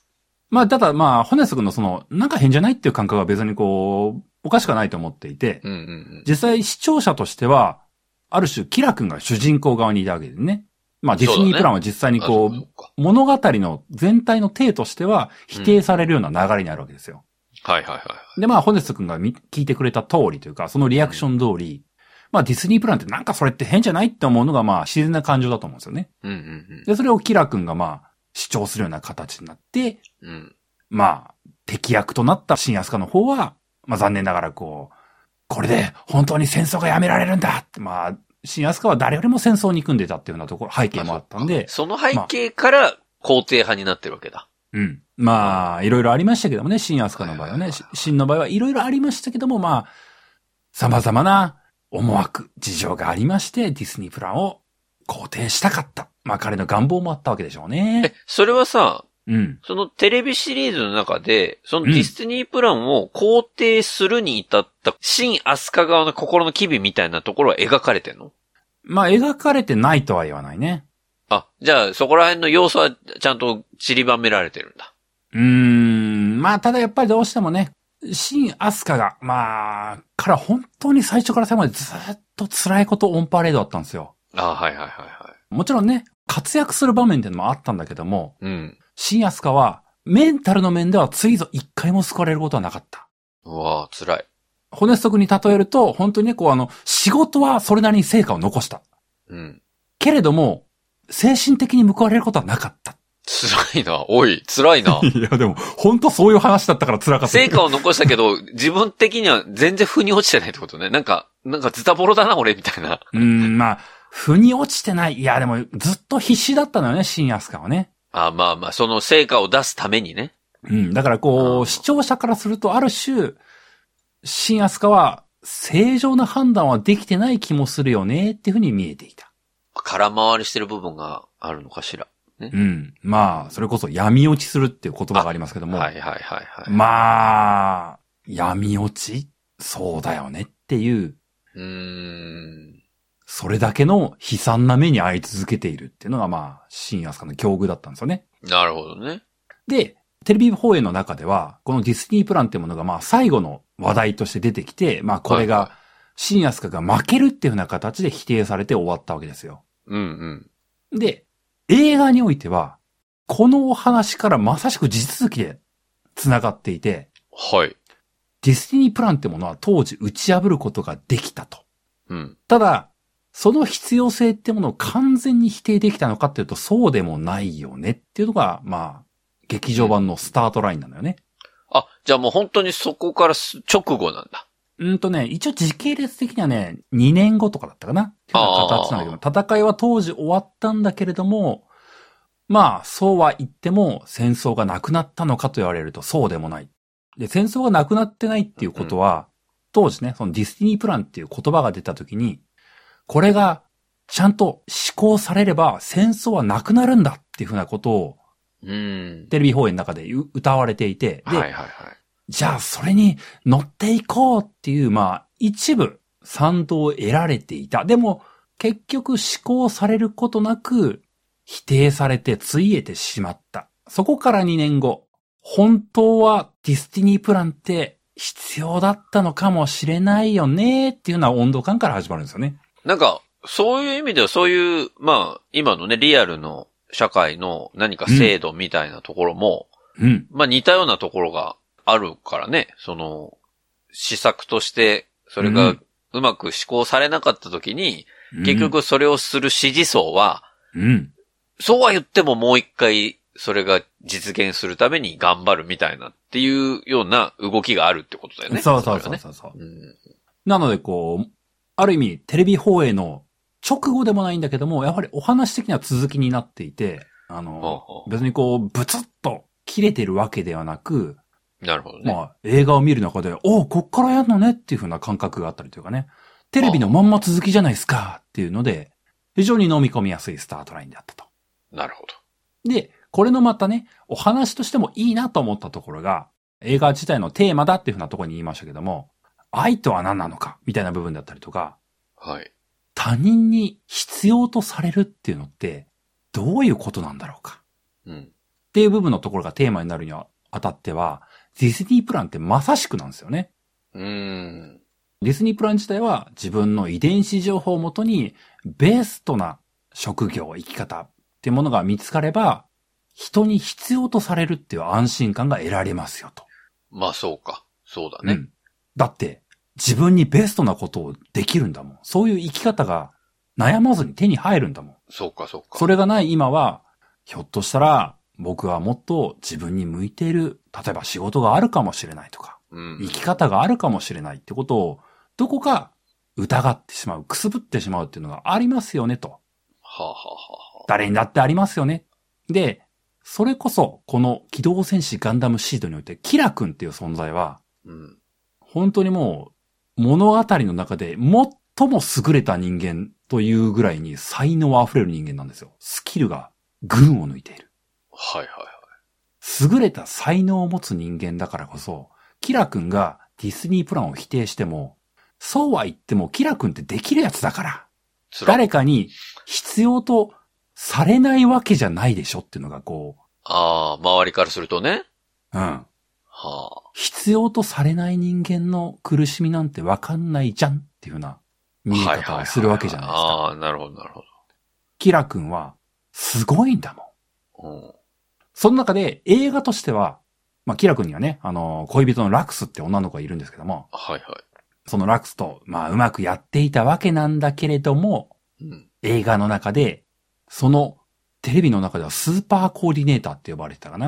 Speaker 2: まあ、ただまあ、ホネス君のその、なんか変じゃないっていう感覚は別にこう、おかしくはないと思っていて、
Speaker 1: うんうんうん。
Speaker 2: 実際視聴者としては、ある種、キラ君が主人公側にいたわけですね。まあ、ディズ
Speaker 1: そうだ
Speaker 2: ニ
Speaker 1: ね
Speaker 2: ープランは実際に
Speaker 1: あ
Speaker 2: こう、
Speaker 1: そうか
Speaker 2: 物語の全体の体としては否定されるような流れになるわけですよ。
Speaker 1: はいはいはいはい。
Speaker 2: で、まあ、ホネス君がみ聞いてくれた通りというか、そのリアクション通り、まあ、ディズニープランってなんかそれって変じゃないって思うのが、まあ、自然な感情だと思うんですよね。
Speaker 1: うんうん
Speaker 2: で、それをキラ君がまあ、主張するような形になって、
Speaker 1: うん。うん。
Speaker 2: まあ、敵役となった新安家の方は、まあ残念ながらこう、これで本当に戦争がやめられるんだって、まあ、新安家は誰よりも戦争に組んでたっていうようなところ、背景もあったんで、
Speaker 1: その背景から、肯定派になってるわけだ。
Speaker 2: うん。まあ、いろいろありましたけどもね、新安家の場合は
Speaker 1: はいはいはい
Speaker 2: ね、し新の場合はいろいろありましたけども、まあ、様々な思惑、事情がありまして、ディズニープランを肯定したかった。まあ彼の願望もあったわけでしょう
Speaker 1: え
Speaker 2: ね。、
Speaker 1: それはさ、
Speaker 2: うん。
Speaker 1: そのテレビシリーズの中で、そのディスティニープランを肯定するに至った、新アスカ側の心の機微みたいなところは描かれてんの
Speaker 2: まあ描かれてないとは言わないね。
Speaker 1: あ、じゃあそこら辺の要素はちゃんと散りばめられてるんだ。
Speaker 2: うーん、まあ、ただやっぱりどうしてもね、新アスカが、まあ、から本当に最初から最後までずっと辛いことオンパレードだったんですよ。
Speaker 1: あはいはいはいは
Speaker 2: もちろんね、活躍する場面っていうのもあったんだけども、
Speaker 1: い。うん。
Speaker 2: 新アスカは、メンタルの面ではついぞ一回も救われることはなかった。
Speaker 1: うわぁ、辛い。
Speaker 2: 骨足に例えると、本当にね、こうあの、仕事はそれなりに成果を残した。
Speaker 1: うん。
Speaker 2: けれども、精神的に報われることはなかった。
Speaker 1: 辛いな。おい、辛いな
Speaker 2: 。いや、でも、本当そういう話だったから辛か
Speaker 1: 成果を残したけど、自分的には全然腑に落ちてないってことね。なんか、なんかズタボロだな、俺、みたいな。
Speaker 2: うーん、まあ、腑に落ちてない。いや、でも、ずっと必死だったのよね、新安川はね。
Speaker 1: あまあまあ、その成果を出すためにね。
Speaker 2: うん、だからこ
Speaker 1: あー
Speaker 2: う、視聴者からすると、ある種、新安川は、正常な判断はできてない気もするよね、っていうふうに見えていた。
Speaker 1: 空回りしてる部分があるのかしら。
Speaker 2: うん。まあ、それこそ闇落ちするっていう言葉がありますけども、
Speaker 1: はいはいはいはい。
Speaker 2: まあ、闇落ちそうだよねっていう、
Speaker 1: うーん。
Speaker 2: それだけの悲惨な目に遭い続けているっていうのが、まあ、新安川の境遇だったんですよね。
Speaker 1: なるほどね。
Speaker 2: で、テレビ放映の中では、このディズニープランっていうものが、まあ、最後の話題として出てきて、まあ、これ
Speaker 1: はい
Speaker 2: が、新安カが負けるっていうふうな形で否定されて終わったわけですよ。
Speaker 1: うんうん。
Speaker 2: で、映画においては、このお話からまさしく地続きで繋がっていて、
Speaker 1: はい。
Speaker 2: ディズニープランってものは当時打ち破ることができたと。
Speaker 1: うん。
Speaker 2: ただ、その必要性ってものを完全に否定できたのかっていうと、そうでもないよねっていうのが、まあ、劇場版のスタートラインなんだよね。
Speaker 1: あ、じゃあもう本当にそこからす直後なんだ。
Speaker 2: うんとね、一応時系列的にはね、2年後とかだったかなっていうような形なんだけど、戦いは当時終わったんだけれども、まあ、そうは言っても戦争がなくなったのかと言われるとそうでもない。で、戦争がなくなってないっていうことは、当時ね、そのディスティニープランっていう言葉が出た時に、これがちゃんと施行されれば戦争はなくなるんだっていうふうなことを
Speaker 1: うん。
Speaker 2: テレビ放映の中でう歌われていて、
Speaker 1: は
Speaker 2: で
Speaker 1: いはいはい。
Speaker 2: じゃあそれに乗っていこうっていう、まあ一部賛同を得られていた。でも結局施行されることなく否定されてついえてしまった。そこから2年後、本当はディスティニープランって必要だったのかもしれないよねっていうような温度感から始まるんですよね。
Speaker 1: なんか、そういう意味ではそういう、まあ、今のね、リアルの社会の何か制度みたいなところも、
Speaker 2: うん。
Speaker 1: まあ似たようなところがあるからね、その、施策として、それ
Speaker 2: う
Speaker 1: が
Speaker 2: ん
Speaker 1: うまく施行されなかった時に、結局それをする支持層は、
Speaker 2: うん。
Speaker 1: そうは言ってももう一回それが実現するために頑張るみたいなっていうような動きがあるってことだよね。
Speaker 2: そうそう
Speaker 1: れは
Speaker 2: そう
Speaker 1: ね
Speaker 2: そうそう。
Speaker 1: うん
Speaker 2: なのでこう、ある意味テレビ放映の直後でもないんだけども、やはりお話的には続きになっていて、あ
Speaker 1: ほう
Speaker 2: の、
Speaker 1: ほ
Speaker 2: 別にこう、ブツッと切れてるわけではなく、
Speaker 1: うなるほどね。
Speaker 2: まあ映画を見る中で、おうこっからやるのねっていう風な感覚があったりというかね、テレビのまんま続きじゃないですかっていうので、非常に飲み込みやすいスタートラインであったと。
Speaker 1: なるほど。
Speaker 2: で、これのまたね、お話としてもいいなと思ったところが、映画自体のテーマだっていうふうなところに言いましたけども、愛とは何なのかみたいな部分だったりとか、
Speaker 1: はい。
Speaker 2: 他人に必要とされるっていうのって、どういうことなんだろうか
Speaker 1: うん。
Speaker 2: っていう部分のところがテーマになるにはあたっては、ディズニープランってまさしくなんですよね。
Speaker 1: うーん。
Speaker 2: ディズニープラン自体は自分の遺伝子情報をもとにベストな職業、生き方っていうものが見つかれば、人に必要とされるっていう安心感が得られますよと。
Speaker 1: まあそうか。そうだね。
Speaker 2: うんだって、自分にベストなことをできるんだもん。そういう生き方が悩まずに手に入るんだもん。
Speaker 1: そうかそうか。
Speaker 2: それがない今は、ひょっとしたら僕はもっと自分に向いている、例えば仕事があるかもしれないとか、
Speaker 1: うん。
Speaker 2: 生き方があるかもしれないってことを、どこか疑ってしまう、くすぶってしまうっていうのがありますよねと。
Speaker 1: はあ、はあはあはあ、
Speaker 2: 誰にだってありますよね。で、それこそ、この機動戦士ガンダムシードにおいて、キラ君っていう存在は、
Speaker 1: うん。
Speaker 2: 本当にもう、物語の中で最も優れた人間というぐらいに才能あふれる人間なんですよ。スキルが群を抜いている。
Speaker 1: はいはいはい。
Speaker 2: 優れた才能を持つ人間だからこそ、キラ君がディズニープランを否定しても、そうは言ってもキラ君ってできるやつだから、
Speaker 1: つら
Speaker 2: 誰かに必要とされないわけじゃないでしょっていうのがこ
Speaker 1: ああ、周りからするとね。
Speaker 2: う、うん。
Speaker 1: は
Speaker 2: 必要とされない人間の苦しみなんてわかんないじゃんっていうふうな
Speaker 1: あ。
Speaker 2: 見え方をするわけじゃないです
Speaker 1: ははは
Speaker 2: か。
Speaker 1: はああ、なるほどなるほ
Speaker 2: キラ君はすごいんだもん。
Speaker 1: ど。
Speaker 2: その中で映画としては、まあ、キラ君にはね、あの、恋人のラクスって女の子がいるんですけども、
Speaker 1: うん。はいは
Speaker 2: そのラクスと、まあ、うまくやっていたわけなんだけれども、
Speaker 1: い。うん。
Speaker 2: 映画の中で、その、テレビの中ではスーパーコーディネーターって呼ばれてたかな。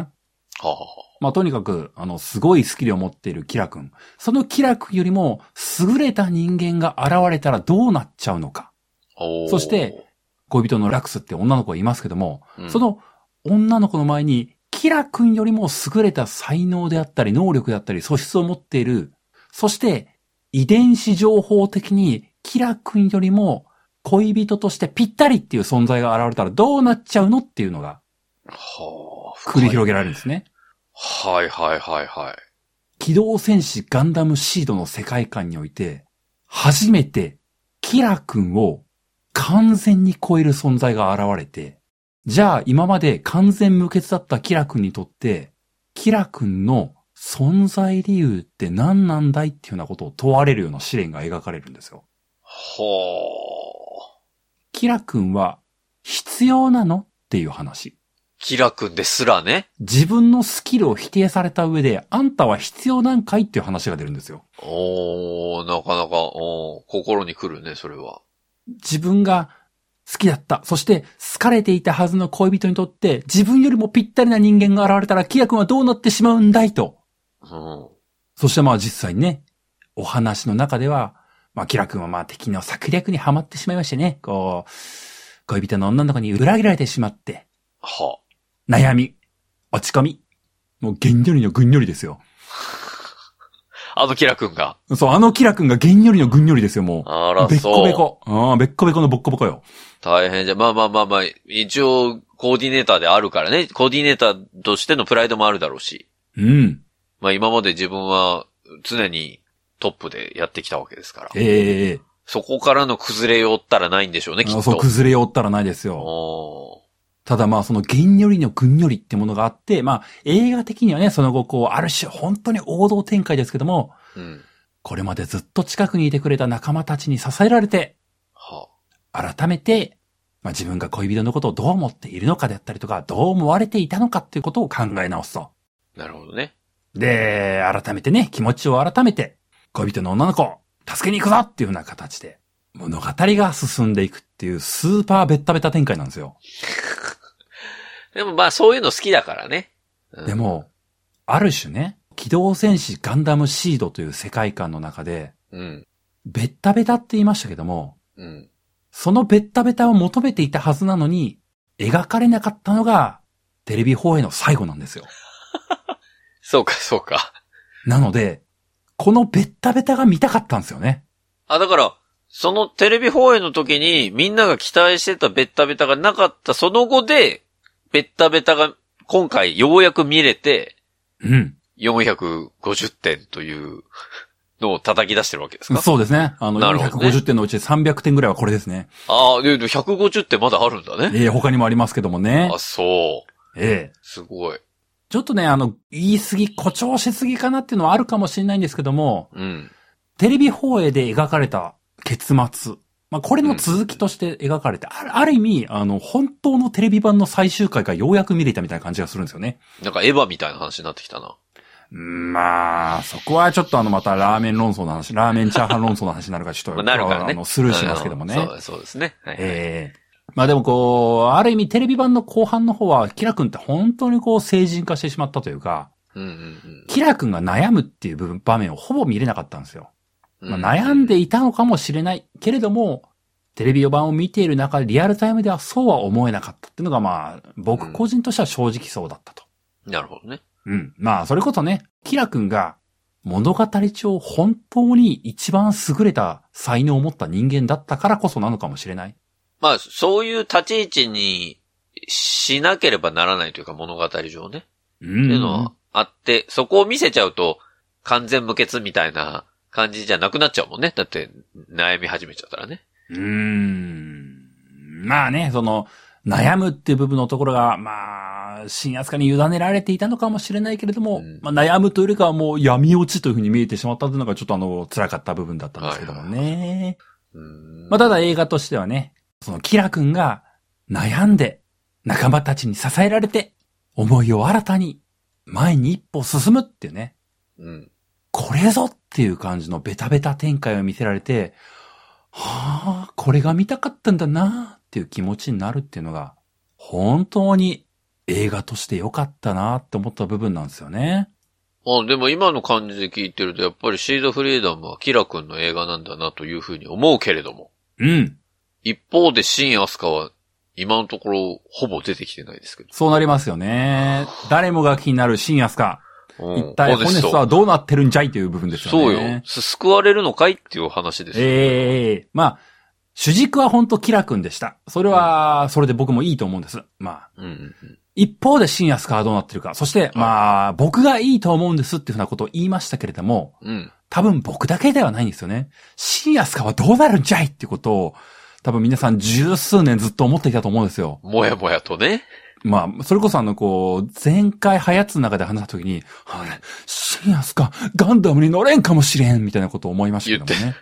Speaker 1: はあ、は
Speaker 2: まあ、とにかく、あの、すごいスキルを持っているキラ君。そのキラ君よりも、優れた人間が現れたらどうなっちゃうのか。
Speaker 1: あ、おー
Speaker 2: そして、恋人のラクスって女の子がいますけども、
Speaker 1: うん
Speaker 2: そ、の女の子の前に、キラ君よりも優れた才能であったり、能力であったり、素質を持っている。そして、遺伝子情報的に、キラ君よりも恋人としてぴったりっていう存在が現れたらどうなっちゃうのっていうのが
Speaker 1: はあ、
Speaker 2: 繰り広げられるんですね。
Speaker 1: はいはいはいはい。
Speaker 2: 機動戦士ガンダムシードの世界観において、初めてキラ君を完全に超える存在が現れて、じゃあ今まで完全無欠だったキラ君にとって、キラ君の存在理由って何なんだいっていうようなことを問われるような試練が描かれるんですよ。
Speaker 1: はあ。
Speaker 2: キラ君は必要なのっていう話。
Speaker 1: キラ君ですらね。
Speaker 2: 自分のスキルを否定された上で、あんたは必要なんかいっていう話が出るんですよ。
Speaker 1: おー、なかなか、おー心に来るね、それは。
Speaker 2: 自分が好きだった。そして、好かれていたはずの恋人にとって、自分よりもぴったりな人間が現れたら、キラ君はどうなってしまうんだいと。
Speaker 1: うん。
Speaker 2: そしてまあ実際にね、お話の中では、まあキラ君はまあ敵の策略にはまってしまいましてね、こう、恋人の女の子に裏切られてしまって、
Speaker 1: は
Speaker 2: 悩み、落ち込み、もうげんにょりのぐんにょりですよ。
Speaker 1: あ。あのキラ君が。
Speaker 2: そう、あのキラ君がげんにょりのぐんにょりですよ、も
Speaker 1: あ
Speaker 2: う。
Speaker 1: ら、
Speaker 2: べっこ
Speaker 1: そう。
Speaker 2: べこ。うん、べっこべこのぼっこぼこよ。
Speaker 1: 大変じゃん。まあまあまあまあ、一応、コーディネーターであるからね。コーディネーターとしてのプライドもあるだろうし。
Speaker 2: うん。
Speaker 1: まあ今まで自分は常にトップでやってきたわけですから。
Speaker 2: ええ
Speaker 1: そこからの崩れよったらないんでしょうね、きっ
Speaker 2: あ
Speaker 1: と。
Speaker 2: そう、崩れよったらないですよ。
Speaker 1: おー
Speaker 2: ただまあそのげんよりのぐんよりってものがあって、まあ映画的にはね、その後こう、ある種本当に王道展開ですけども、
Speaker 1: うん。
Speaker 2: これまでずっと近くにいてくれた仲間たちに支えられて、
Speaker 1: は
Speaker 2: 改めて、まあ自分が恋人のことをどう思っているのかであったりとか、どう思われていたのかっていうことを考え直すと。
Speaker 1: あ。なるほどね。
Speaker 2: で、改めてね、気持ちを改めて、恋人の女の子を助けに行くぞっていう風な形で、物語が進んでいくっていうスーパーベッタベタ展開なんですよ。
Speaker 1: でもまあそういうの好きだからね。うん
Speaker 2: で、も、ある種ね、機動戦士ガンダムシードという世界観の中で、
Speaker 1: うん。
Speaker 2: ベッタベタって言いましたけども、
Speaker 1: うん。
Speaker 2: そのベッタベタを求めていたはずなのに、描かれなかったのが、テレビ放映の最後なんですよ。
Speaker 1: そうか、そうか。
Speaker 2: なので、このベッタベタが見たかったんですよね。
Speaker 1: あ、だから、そのテレビ放映の時にみんなが期待してたベッタベタがなかったその後で、ベッタベタが今回ようやく見れて、
Speaker 2: うん。
Speaker 1: 450点というのを叩き出してるわけですか
Speaker 2: そうですね。あの、
Speaker 1: なるほどね
Speaker 2: 450点のうち300点ぐらいはこれですね。
Speaker 1: ああ、で、で150点まだあるんだね。
Speaker 2: ええ他にもありますけどもね
Speaker 1: あ、。そう。
Speaker 2: ええ
Speaker 1: すごい。
Speaker 2: ちょっとね、あの、言い過ぎ、誇張しすぎかなっていうのはあるかもしれないんですけども、
Speaker 1: うん。
Speaker 2: テレビ放映で描かれた結末。まあ、これの続きとして描かれて、あるある意味、あの、本当のテレビ版の最終回がようやく見れたみたいな感じがするんですよね。
Speaker 1: なんかエヴァみたいな話になってきたな。
Speaker 2: うんまあ、そこはちょっとあの、またラーメン論争の 話、ラーメンチャーハン論争の話になるから、ちょっ
Speaker 1: ま
Speaker 2: と、
Speaker 1: あ、なるから
Speaker 2: あ
Speaker 1: ね。
Speaker 2: の、スルーしますけどもね。
Speaker 1: あのそうそうですね。はい
Speaker 2: ええまあでもこう、ある意味テレビ版の後半の方は、キラ君って本当にこう成人化してしまったというか、
Speaker 1: うんうん
Speaker 2: キラ君が悩むっていう部分場面をほぼ見れなかったんですよ。
Speaker 1: うん。
Speaker 2: まあ、悩んでいたのかもしれないけれども、テレビ版を見ている中でリアルタイムではそうは思えなかったっていうのがまあ、僕個人としては正直そうだったと。
Speaker 1: なるほどね。
Speaker 2: うん。まあ、それこそね、キラ君が物語上本当に一番優れた才能を持った人間だったからこそなのかもしれない。
Speaker 1: まあ、そういう立ち位置にしなければならないというか物語上ね。
Speaker 2: うん。
Speaker 1: っていうのはあって、そこを見せちゃうと完全無欠みたいな感じじゃなくなっちゃうもんね。だって、悩み始めちゃったらね。
Speaker 2: うーん。まあね、その、悩むっていう部分のところが、まあ、新扱に委ねられていたのかもしれないけれども、
Speaker 1: うん
Speaker 2: まあ悩むというよりかはもう闇落ちというふうに見えてしまったというのがちょっとあの、辛かった部分だったんですけどもね。
Speaker 1: うん
Speaker 2: まあただ映画としてはね、そのキラ君が悩んで、仲間たちに支えられて、思いを新たに、前に一歩進むっていうね。
Speaker 1: うん。
Speaker 2: これぞっていう感じのベタベタ展開を見せられて、はあ、これが見たかったんだなっていう気持ちになるっていうのが、本当に映画として良かったなって思った部分なんですよね。
Speaker 1: あ、でも今の感じで聞いてると、やっぱりシードフリーダムはキラ君の映画なんだなというふうに思うけれども。
Speaker 2: うん。
Speaker 1: 一方で、新アスカは、今のところ、ほぼ出てきてないですけど。
Speaker 2: そうなりますよね。誰もが気になる新安か。
Speaker 1: う
Speaker 2: 一体ホネストはどうなってるんじゃいという部分ですよね。
Speaker 1: そうよ。す救われるのかいっていう話ですよ。
Speaker 2: ええまあ、主軸は本当キラ君でした。それは、それで僕もいいと思うんです。まあ、
Speaker 1: うんうんうん。
Speaker 2: 一方で新安川はどうなってるか。そして、まあ、僕がいいと思うんですっていうふうなことを言いましたけれども、
Speaker 1: うん。
Speaker 2: 多分僕だけではないんですよね。新安川はどうなるんじゃいっていうことを、多分皆さん十数年ずっと思ってきたと思うんですよ。
Speaker 1: もやもやとね。
Speaker 2: まあ、それこそあの、こう、前回ハヤツの中で話した時に、あれ、新安川、ガンダムに乗れんかもしれんみたいなことを思いましたけども
Speaker 1: 言
Speaker 2: ね。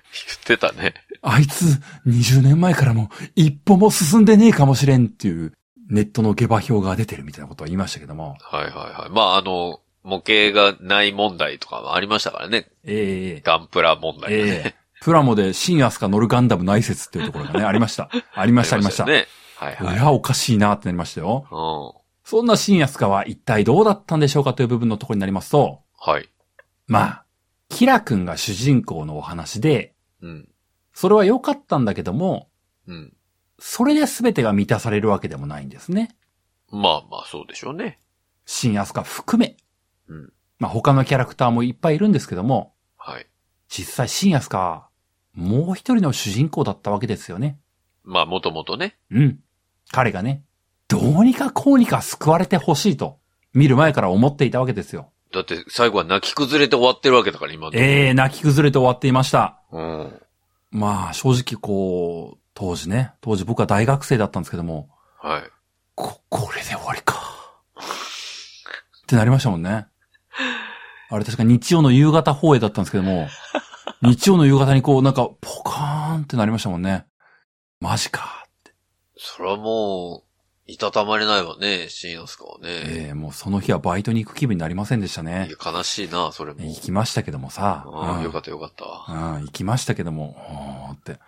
Speaker 1: 言ってたね。
Speaker 2: あいつ、20年前からも一歩も進んでねえかもしれんっていう、ネットの下馬評が出てるみたいなことを言いましたけども。
Speaker 1: はいはいはい。まあ、あの、模型がない問題とかもありましたからね。
Speaker 2: ええ
Speaker 1: ガンプラ問題がね。
Speaker 2: ええプラモで新アスカ乗るガンダム内説っていうところがね、あり ました。ありました、ありました。
Speaker 1: よね。はいはいい。
Speaker 2: や、おかしいなってなりましたよ。
Speaker 1: うん。
Speaker 2: そんな新アスカは一体どうだったんでしょうかという部分のところになりますと、
Speaker 1: はい。
Speaker 2: まあ、キラ君が主人公のお話で、
Speaker 1: うん。
Speaker 2: それは良かったんだけども、
Speaker 1: うん。
Speaker 2: それで全てが満たされるわけでもないんですね。
Speaker 1: まあまあ、そうでしょうね。
Speaker 2: 新アスカ含め。
Speaker 1: うん
Speaker 2: まあ他のキャラクターもいっぱいいるんですけども、
Speaker 1: はい。
Speaker 2: 実際新アスカは、もう一人の主人公だったわけですよね。
Speaker 1: まあ、もともとね。
Speaker 2: うん。彼がね、どうにかこうにか救われてほしいと、見る前から思っていたわけですよ。
Speaker 1: だって、最後は泣き崩れて終わってるわけだから、今の。
Speaker 2: ええ泣き崩れて終わっていました。
Speaker 1: うん。
Speaker 2: まあ、正直こう、当時ね、当時僕は大学生だったんですけども、
Speaker 1: はい。
Speaker 2: こ、これで終わりか。ってなりましたもんね。あれ確か日曜の夕方放映だったんですけども、日曜の夕方にこう、なんか、ポカーンってなりましたもんね。マジか。
Speaker 1: それはもう、いたたまれないわね、新之助は
Speaker 2: え
Speaker 1: ね。
Speaker 2: えもうその日はバイトに行く気分になりませんでしたね
Speaker 1: いや。悲しいな、それも。
Speaker 2: 行きましたけどもさ。
Speaker 1: あ
Speaker 2: う
Speaker 1: あ、
Speaker 2: ん
Speaker 1: よかったよかった。
Speaker 2: うん、行きましたけども、おーって、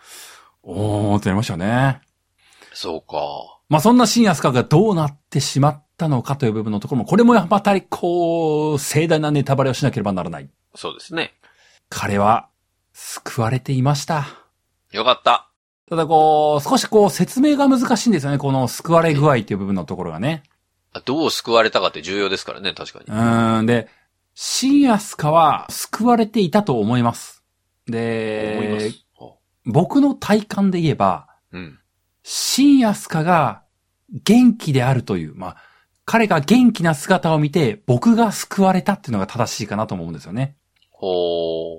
Speaker 2: おーってなりましたよね。
Speaker 1: そうか。
Speaker 2: まあ、そんな新安川がどうなってしまっったのかという部分のところも、これもやっぱりこう、盛大なネタバレをしなければならない。
Speaker 1: そうですね。
Speaker 2: 彼は、救われていました。
Speaker 1: よかった。
Speaker 2: ただこう、少しこう、説明が難しいんですよね。この救われ具合っていう部分のところがね。
Speaker 1: あどう救われたかって重要ですからね、確かに
Speaker 2: う。ーん、で、シンアスカは救われていたと思います。で、
Speaker 1: 思います。あ
Speaker 2: 僕の体感で言えば、
Speaker 1: うん。
Speaker 2: シンアスカが元気であるという、まあ、彼が元気な姿を見て、僕が救われたっていうのが正しいかなと思うんですよね。
Speaker 1: ほー。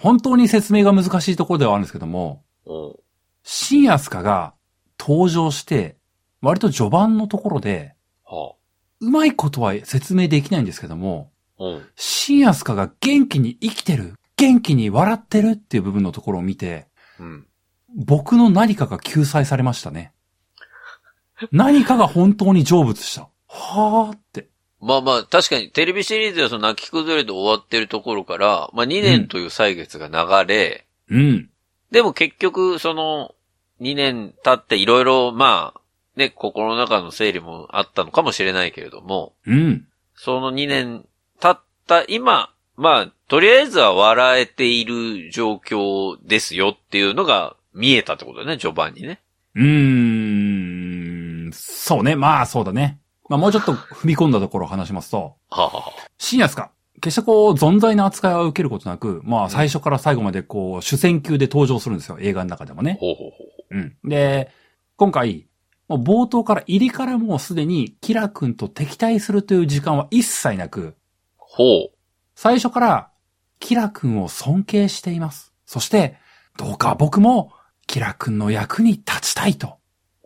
Speaker 2: 本当に説明が難しいところではあるんですけども、
Speaker 1: おう
Speaker 2: シンアスカが登場して、割と序盤のところで、
Speaker 1: は
Speaker 2: うまいことは説明できないんですけども、
Speaker 1: あ。うん。
Speaker 2: シンアスカが元気に生きてる、元気に笑ってるっていう部分のところを見て、
Speaker 1: うん。
Speaker 2: 僕の何かが救済されましたね。何かが本当に成仏した。はーって。
Speaker 1: まあまあ、確かにテレビシリーズではその泣き崩れで終わってるところから、まあ2年という歳月が流れ、
Speaker 2: うん。
Speaker 1: でも結局、その、2年経っていろいろ、まあ、ね、心の中の整理もあったのかもしれないけれども、
Speaker 2: うん。
Speaker 1: その2年経った今、まあ、とりあえずは笑えている状況ですよっていうのが見えたってことだね、序盤にね。
Speaker 2: うーん。そうね。まあそうだね。まあもうちょっと踏み込んだところを話しますと、
Speaker 1: はあ、は
Speaker 2: シンアスカ。決してこう、存在な扱いは受けることなく、まあ最初から最後までこう、主戦級で登場するんですよ。映画の中でもね
Speaker 1: あ、。ほうほうほう。
Speaker 2: うん。で、今回、もう冒頭から入りからもうすでに、キラ君と敵対するという時間は一切なく、
Speaker 1: ほう。
Speaker 2: 最初から、キラ君を尊敬しています。そして、どうか僕も、キラ君の役に立ちたいと、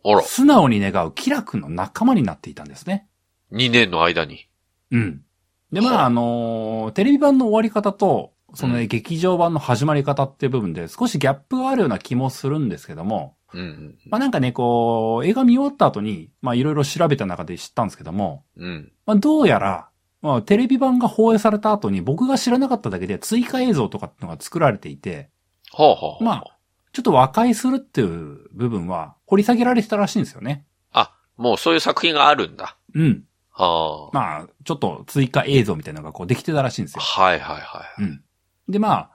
Speaker 1: あら、
Speaker 2: 素直に願うキラ君の仲間になっていたんですね。
Speaker 1: 2年の間に。
Speaker 2: うん。で、まあ、あのーテレビ版の終わり方と、そのね、
Speaker 1: うん
Speaker 2: 劇場版の始まり方っていう部分で少しギャップがあるような気もするんですけども、
Speaker 1: うん、
Speaker 2: まあなんかね、こう、映画見終わった後に、まあいろいろ調べた中で知ったんですけども、
Speaker 1: うん、うん。
Speaker 2: まあどうやら、まあテレビ版が放映された後に僕が知らなかっただけで追加映像とかってのが作られていて、
Speaker 1: はあ、はあ。
Speaker 2: まあ、ちょっと和解するっていう部分は掘り下げられてたらしいんですよね。
Speaker 1: あ、もうそういう作品があるんだ。
Speaker 2: うん。
Speaker 1: はあ。
Speaker 2: まあ、ちょっと追加映像みたいなのがこうできてたらしいんですよ。
Speaker 1: はいはいはい。
Speaker 2: うん。で、まあ、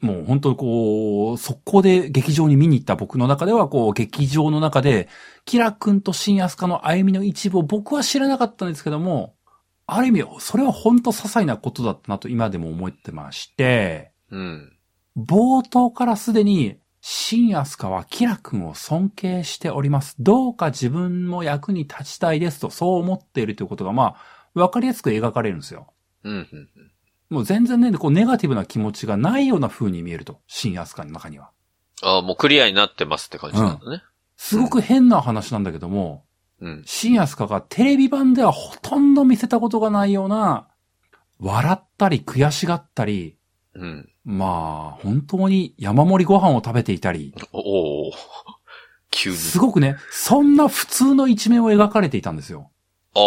Speaker 2: もう本当こう、速攻で劇場に見に行った僕の中では、こう、劇場の中で、キラ君と新安カの歩みの一部を僕は知らなかったんですけども、ある意味、それは本当些細なことだったなと今でも思ってまして、
Speaker 1: うん。
Speaker 2: 冒頭からすでに、新安カはキラ君を尊敬しております。どうか自分も役に立ちたいですと、そう思っているということが、まあ、わかりやすく描かれるんですよ。
Speaker 1: うん、うん。
Speaker 2: もう全然ね、こうネガティブな気持ちがないような風に見えると。新アスカの中には。
Speaker 1: ああ、もうクリアになってますって感じなんだね。
Speaker 2: すごく変な話なんだけども、
Speaker 1: うん。
Speaker 2: 新アスカがテレビ版ではほとんど見せたことがないような、笑ったり悔しがったり、
Speaker 1: うん。
Speaker 2: まあ、本当に山盛りご飯を食べていたり、
Speaker 1: おお ー急に。
Speaker 2: すごくね、そんな普通の一面を描かれていたんですよ。
Speaker 1: あ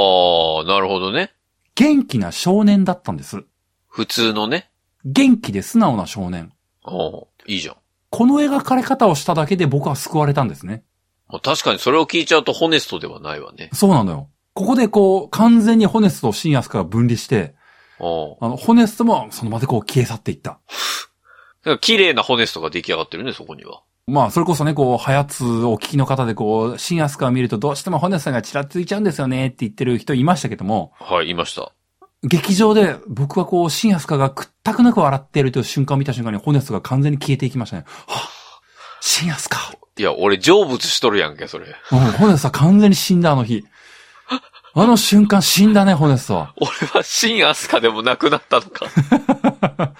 Speaker 1: あ、なるほどね。
Speaker 2: 元気な少年だったんです。
Speaker 1: 普通のね。
Speaker 2: 元気で素直な少年。
Speaker 1: おーいいじゃん。
Speaker 2: この描かれ方をしただけで僕は救われたんですね。
Speaker 1: まあ、確かにそれを聞いちゃうとホネストではないわね。
Speaker 2: そうなのよ。ここでこう、完全にホネストとシンアスカが分離して、
Speaker 1: おー
Speaker 2: あの、ホネストもその場でこう消え去っていった。
Speaker 1: だから綺麗なホネストが出来上がってるね、そこには。
Speaker 2: まあ、それこそね、こう、ハヤツをお聞きの方でこう、シンアスカを見るとどうしてもホネストがちらついちゃうんですよねって言ってる人いましたけども、
Speaker 1: はい、いました。
Speaker 2: 劇場で僕はこう、シンアスカがくったくなく笑っているという瞬間を見た瞬間にホネストが完全に消えていきましたね。はぁ、シンアスカ
Speaker 1: いや、俺成仏しとるやんけ、それ。
Speaker 2: うん、ホネストは完全に死んだあの日。あの瞬間死んだね、ホネストは。
Speaker 1: 俺は新アスカでもなくなったのか。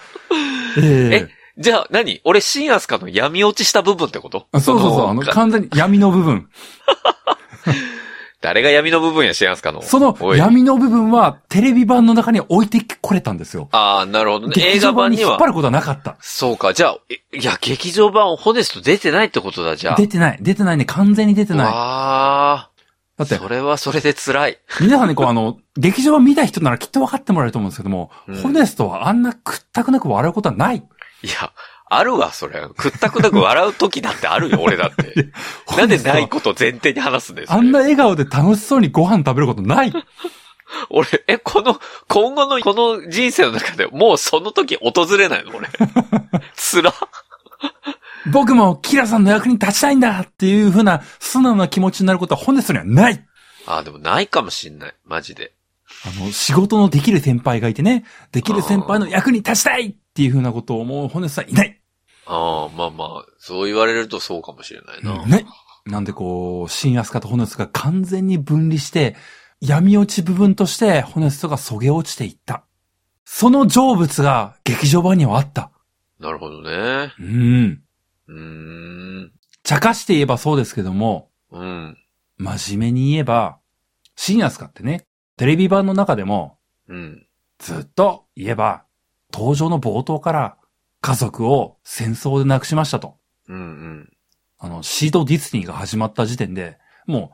Speaker 2: ええ
Speaker 1: じゃあ何俺新アスカの闇落ちした部分ってこと
Speaker 2: あそうそうそう、
Speaker 1: の
Speaker 2: あの、完全に闇の部分。
Speaker 1: 誰が闇の部分や、新アスカの。
Speaker 2: その
Speaker 1: おい
Speaker 2: 闇の部分はテレビ版の中に置いてこれたんですよ。
Speaker 1: ああ、なるほどね。映
Speaker 2: 劇
Speaker 1: 画
Speaker 2: 場
Speaker 1: 版
Speaker 2: 版
Speaker 1: に
Speaker 2: に引っ
Speaker 1: は
Speaker 2: 張。ることはなかった。
Speaker 1: そうか、じゃあ、えいや、劇場版、ホネスト出てないってことだ、じゃあ。
Speaker 2: 出てない。出てないね。完全に出てない。
Speaker 1: あ
Speaker 2: だって、
Speaker 1: それはそれで辛い。
Speaker 2: 皆さんね、こう、あの、劇場版見た人ならきっと分かってもらえると思うんですけども、
Speaker 1: うん
Speaker 2: ホネストはあんなくったくなく笑うことはない。
Speaker 1: いや、あるわ、それ。くったくなく笑う時だってあるよ、俺だって。なんでないこと前提に話すんです
Speaker 2: あんな笑顔で楽しそうにご飯食べることない。
Speaker 1: 俺、え、この、今後の、この人生の中で、もうその時訪れないの 俺。つら
Speaker 2: 僕もキラさんの役に立ちたいんだっていう風な素直な気持ちになることは本日にはない
Speaker 1: あ、でもないかもしんない。マジで。
Speaker 2: あの、仕事のできる先輩がいてね、できる先輩の役に立ちたいっていう風なことを思う本日はいない。
Speaker 1: ああ、まあまあ、そう言われるとそうかもしれないな。
Speaker 2: ない。なんでこう、新アスカとホネスが完全に分離して、闇落ち部分としてホネストがそげ落ちていった。その成仏が劇場版にはあった。
Speaker 1: なるほどね。
Speaker 2: うん。
Speaker 1: うーん。
Speaker 2: 茶化して言えばそうですけども、
Speaker 1: うん。
Speaker 2: 真面目に言えば、新アスカってね、テレビ版の中でも、
Speaker 1: うん。
Speaker 2: ずっと言えば、登場の冒頭から家族を戦争で亡くしましたと。
Speaker 1: うん。うん。
Speaker 2: あの、シードディスティニーが始まった時点で、も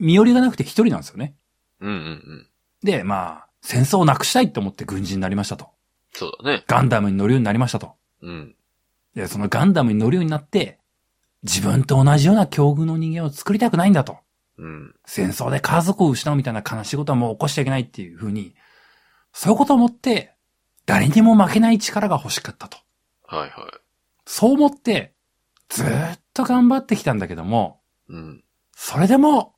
Speaker 2: う、身寄りがなくて一人なんですよね。
Speaker 1: うん。うん。うん。
Speaker 2: で、まあ、戦争をなくしたいって思って軍人になりましたと。
Speaker 1: そうだね。
Speaker 2: ガンダムに乗るようになりましたと。
Speaker 1: うん。
Speaker 2: で、そのガンダムに乗るようになって、自分と同じような境遇の人間を作りたくないんだと。
Speaker 1: うん。
Speaker 2: 戦争で家族を失うみたいな悲しいことはもう起こしちゃいけないっていうふうに、そういうことを思って、誰にも負けない力が欲しかったと。
Speaker 1: はいは
Speaker 2: そう思って、ずーっと頑張ってきたんだけども、
Speaker 1: い。うん。
Speaker 2: それでも、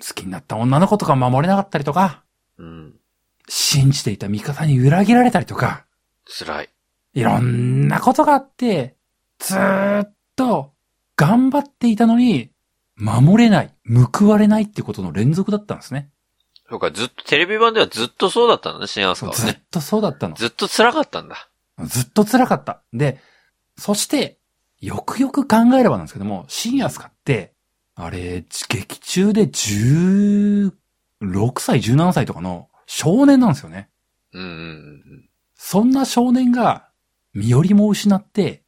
Speaker 2: 好きになった女の子とか守れなかったりとか、
Speaker 1: うん。
Speaker 2: 信じていた味方に裏切られたりとか、
Speaker 1: 辛い。
Speaker 2: いろんなことがあって、ずーっと頑張っていたのに、守れない、報われないってことの連続だったんですね。
Speaker 1: そうか、ずっと、テレビ版ではずっとそうだったんだね、シンアスカは
Speaker 2: ずっ
Speaker 1: ね。
Speaker 2: とそうだったの。
Speaker 1: ずっと辛かったんだ。
Speaker 2: ずっと辛かった。で、そして、よくよく考えればなんですけども、新アスカって、あれ、劇中で16歳、17歳とかの少年なんですよね。
Speaker 1: うんうんうん
Speaker 2: そんな少年が、身寄りも失って、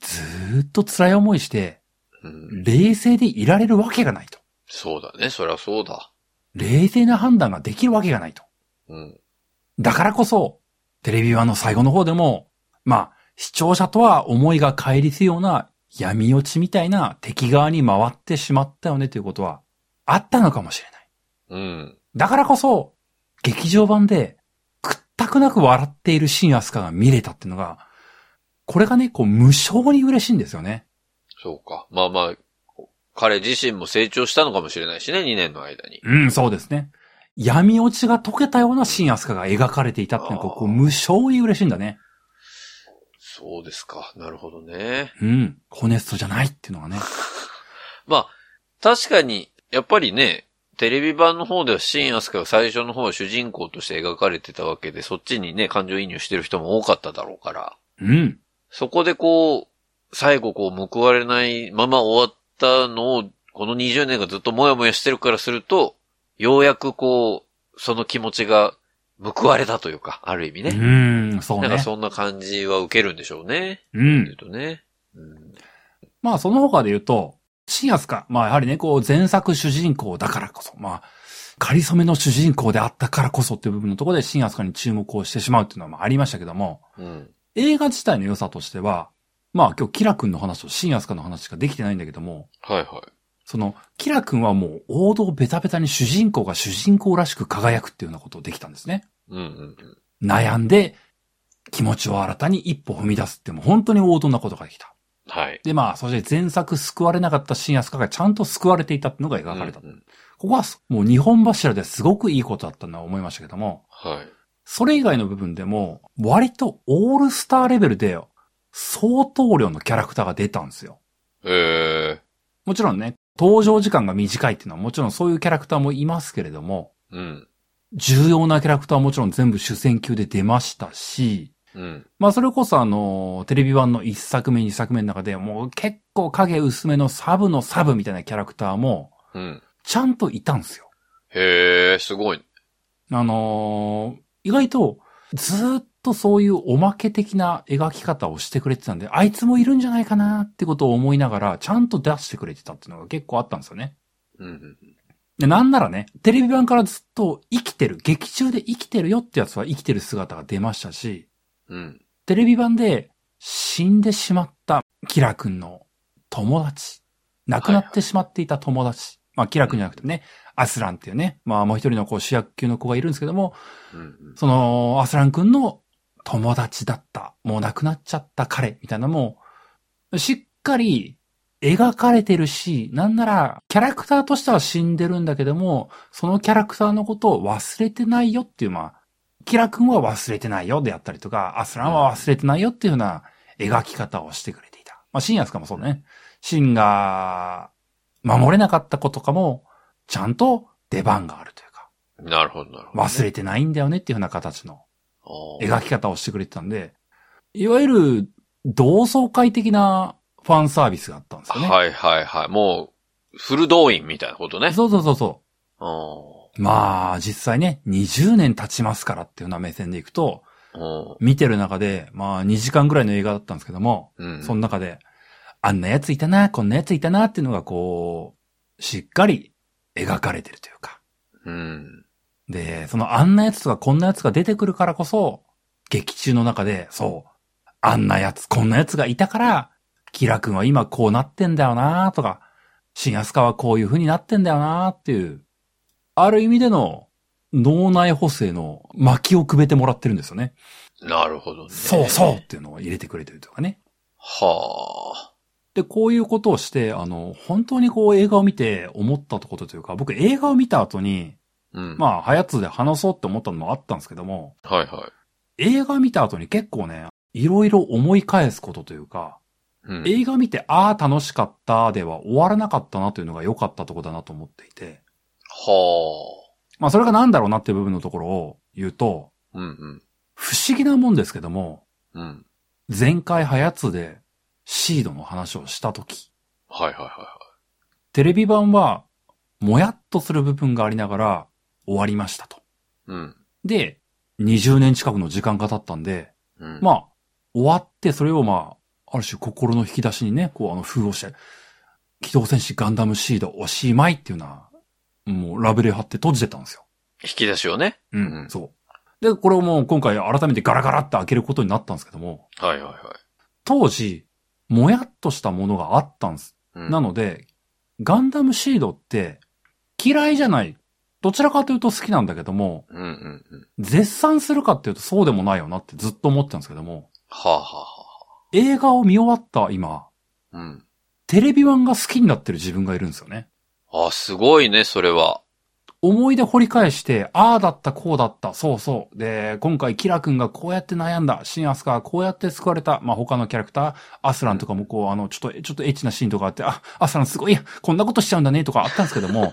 Speaker 2: ずーっと辛い思いして、
Speaker 1: うん。うん。
Speaker 2: 冷静でいられるわけがないと。
Speaker 1: そうだね、そりゃそうだ。
Speaker 2: 冷静な判断ができるわけがないと。
Speaker 1: うん。
Speaker 2: だからこそ、テレビ版の最後の方でも、まあ、視聴者とは思いが乖離するような闇落ちみたいな敵側に回ってしまったよねということは、あったのかもしれない。
Speaker 1: うん。
Speaker 2: だからこそ、劇場版で、屈託なく笑っているシンアスカが見れたっていうのが、これがね、こう、無償に嬉しいんですよね。
Speaker 1: そうか。まあまあ、彼自身も成長したのかもしれないしね、2年の間に。
Speaker 2: うん、そうですね。闇落ちが解けたようなシンアスカが描かれていたっていうのが、こう、無償に嬉しいんだね。
Speaker 1: そうですか。なるほどね。
Speaker 2: うん。ホネストじゃないっていうのがね。
Speaker 1: まあ、確かに、やっぱりね、テレビ版の方ではシン・アスカが最初の方は主人公として描かれてたわけで、そっちにね、感情移入してる人も多かっただろうから、
Speaker 2: うん。
Speaker 1: そこでこう、最後こう報われないまま終わったのを、この20年がずっともやもやしてるからすると、ようやくこう、その気持ちが報われたというか、ある意味
Speaker 2: う
Speaker 1: ね。
Speaker 2: ーん、そう
Speaker 1: なん
Speaker 2: ね
Speaker 1: か。そんな感じは受けるんでしょうね。
Speaker 2: う。
Speaker 1: 言うんとね。うん。
Speaker 2: まあ、その他で言うと、シンアスカ、まあ、やはりね、こう、前作主人公だからこそ、まあ、仮初めの主人公であったからこそっていう部分のところで、シンアスカに注目をしてしまうっていうのはまあありましたけども、
Speaker 1: うん。
Speaker 2: 映画自体の良さとしては、まあ、今日、キラ君の話とシンアスカの話しかできてないんだけども、
Speaker 1: はいはい。
Speaker 2: その、キラ君はもう王道ベタベタに主人公が主人公らしく輝くっていうようなことをできたんですね。
Speaker 1: うんうんうん。
Speaker 2: 悩んで、気持ちを新たに一歩踏み出すってもう本当に王道なことができた。
Speaker 1: はい。
Speaker 2: で、まあ、そして前作救われなかった新安カがちゃんと救われていたっていうのが描かれた。
Speaker 1: うんうん
Speaker 2: ここはもう日本柱ですごくいいことだったのは思いましたけども、
Speaker 1: はい。
Speaker 2: それ以外の部分でも、割とオールスターレベルで相当量のキャラクターが出たんですよ。
Speaker 1: え
Speaker 2: もちろんね、登場時間が短いっていうのはもちろんそういうキャラクターもいますけれども、
Speaker 1: えうん。
Speaker 2: 重要なキャラクターはもちろん全部主戦級で出ましたし、
Speaker 1: うん。
Speaker 2: まあそれこそあの、テレビ版の一作目、二作目の中でもう結構影薄めのサブのサブみたいなキャラクターも
Speaker 1: うん。
Speaker 2: ちゃんといたんですよ。
Speaker 1: へえ、すごい。
Speaker 2: あのー意外とずーっとそういうおまけ的な描き方をしてくれてたんで、あいつもいるんじゃないかなってことを思いながらちゃんと出してくれてたっていうのが結構あったんですよね。
Speaker 1: うんうん。
Speaker 2: で、なんならね、テレビ版からずっと生きてる、劇中で生きてるよってやつは生きてる姿が出ましたし、
Speaker 1: うん。
Speaker 2: テレビ版で死んでしまったキラ君の友達、亡くなってしまっていた友達まあ、気楽じゃなくてね、アスランっていうね、まあ、もう一人のこう主役級の子がいるんですけども、
Speaker 1: うんうん
Speaker 2: その、アスラン君の友達だった、もう亡くなっちゃった彼、みたいなのもう、しっかり描かれてるし、なんなら、キャラクターとしては死んでるんだけども、そのキャラクターのことを忘れてないよっていう、まあ、キラ君は忘れてないよであったりとか、アスランは忘れてないよっていうような描き方をしてくれていた。まあ、シンやすかもそうだね。シンが守れなかった子とかも、ちゃんと出番があるというか、
Speaker 1: なるほど、なるほど、
Speaker 2: 忘れてないんだよねっていうような形の
Speaker 1: あー
Speaker 2: 描き方をしてくれてたんで、いわゆる同窓会的なファンサービスがあったんですよね。
Speaker 1: はいはいはい。もう、フル動員みたいなことね。
Speaker 2: そうそうそうそ
Speaker 1: うん
Speaker 2: う。まあ、実際ね、20年経ちますからっていうような目線でいくと、見てる中で、まあ、2時間ぐらいの映画だったんですけども、
Speaker 1: うん。
Speaker 2: その中で、あんなやついたな、こんなやついたなっていうのがこう、しっかり描かれてるというか。
Speaker 1: うん。
Speaker 2: で、そのあんなやつとかこんなやつが出てくるからこそ、劇中の中で、そう、あんなやつ、こんなやつがいたから、キラ君は今こうなってんだよなとか、新アスカはこういう風になってんだよなっていう、ある意味での脳内補正の薪をくべてもらってるんですよね。
Speaker 1: なるほどね。
Speaker 2: そうそうっていうのを入れてくれてるというかね。
Speaker 1: は
Speaker 2: で、こういうことをして、あの、本当にこう映画を見て思ったことというか、僕映画を見た後に、
Speaker 1: あ。うん。
Speaker 2: まあ、ハヤツで話そうって思ったのもあったんですけども、
Speaker 1: はいはい。
Speaker 2: 映画見た後に結構ね、いろいろ思い返すことというか、
Speaker 1: うん、
Speaker 2: 映画見て、ああ、楽しかったでは終わらなかったなというのが良かったとこだなと思っていて、
Speaker 1: は
Speaker 2: まあそれが何だろうなっていう部分のところを言うと、
Speaker 1: あ。うん
Speaker 2: 不思議なもんですけども、
Speaker 1: うん。うん。
Speaker 2: 前回ハヤツでシードの話をした時、
Speaker 1: はいはいはいは
Speaker 2: テレビ版は、もやっとする部分がありながら終わりましたと。
Speaker 1: い。うん。
Speaker 2: で、20年近くの時間が経ったんで、
Speaker 1: うん。
Speaker 2: ま
Speaker 1: あ。
Speaker 2: あ、終わって、それをまあ、ある種心の引き出しにね、こう、あの、封をして、機動戦士ガンダムシードおしまいっていうような、もう、ラベル貼って閉じてたんですよ。
Speaker 1: 引き出しをね。
Speaker 2: うん、
Speaker 1: うん
Speaker 2: そう。で、これをもう今回改めてガラガラって開けることになったんですけども、
Speaker 1: はいはいはい。
Speaker 2: 当時、もやっとしたものがあったんです。
Speaker 1: うん、
Speaker 2: なので、ガンダムシードって、嫌いじゃない。どちらかというと好きなんだけども、
Speaker 1: うんうんうん。
Speaker 2: 絶賛するかっていうとそうでもないよなってずっと思ってたんですけども、
Speaker 1: はあはあは
Speaker 2: 映画を見終わった今、
Speaker 1: あ。うん。
Speaker 2: テレビ版が好きになってる自分がいるんですよね。
Speaker 1: あ、すごいね、それは。
Speaker 2: 思い出掘り返して、ああだった、こうだった、そうそう。で、今回、キラ君がこうやって悩んだ、シンアスカはこうやって救われた、まあ、他のキャラクター、アスランとかもこう、あの、ちょっと、ちょっとエッチなシーンとかあって、あ、アスランすごい、こんなことしちゃうんだね、とかあったんですけども、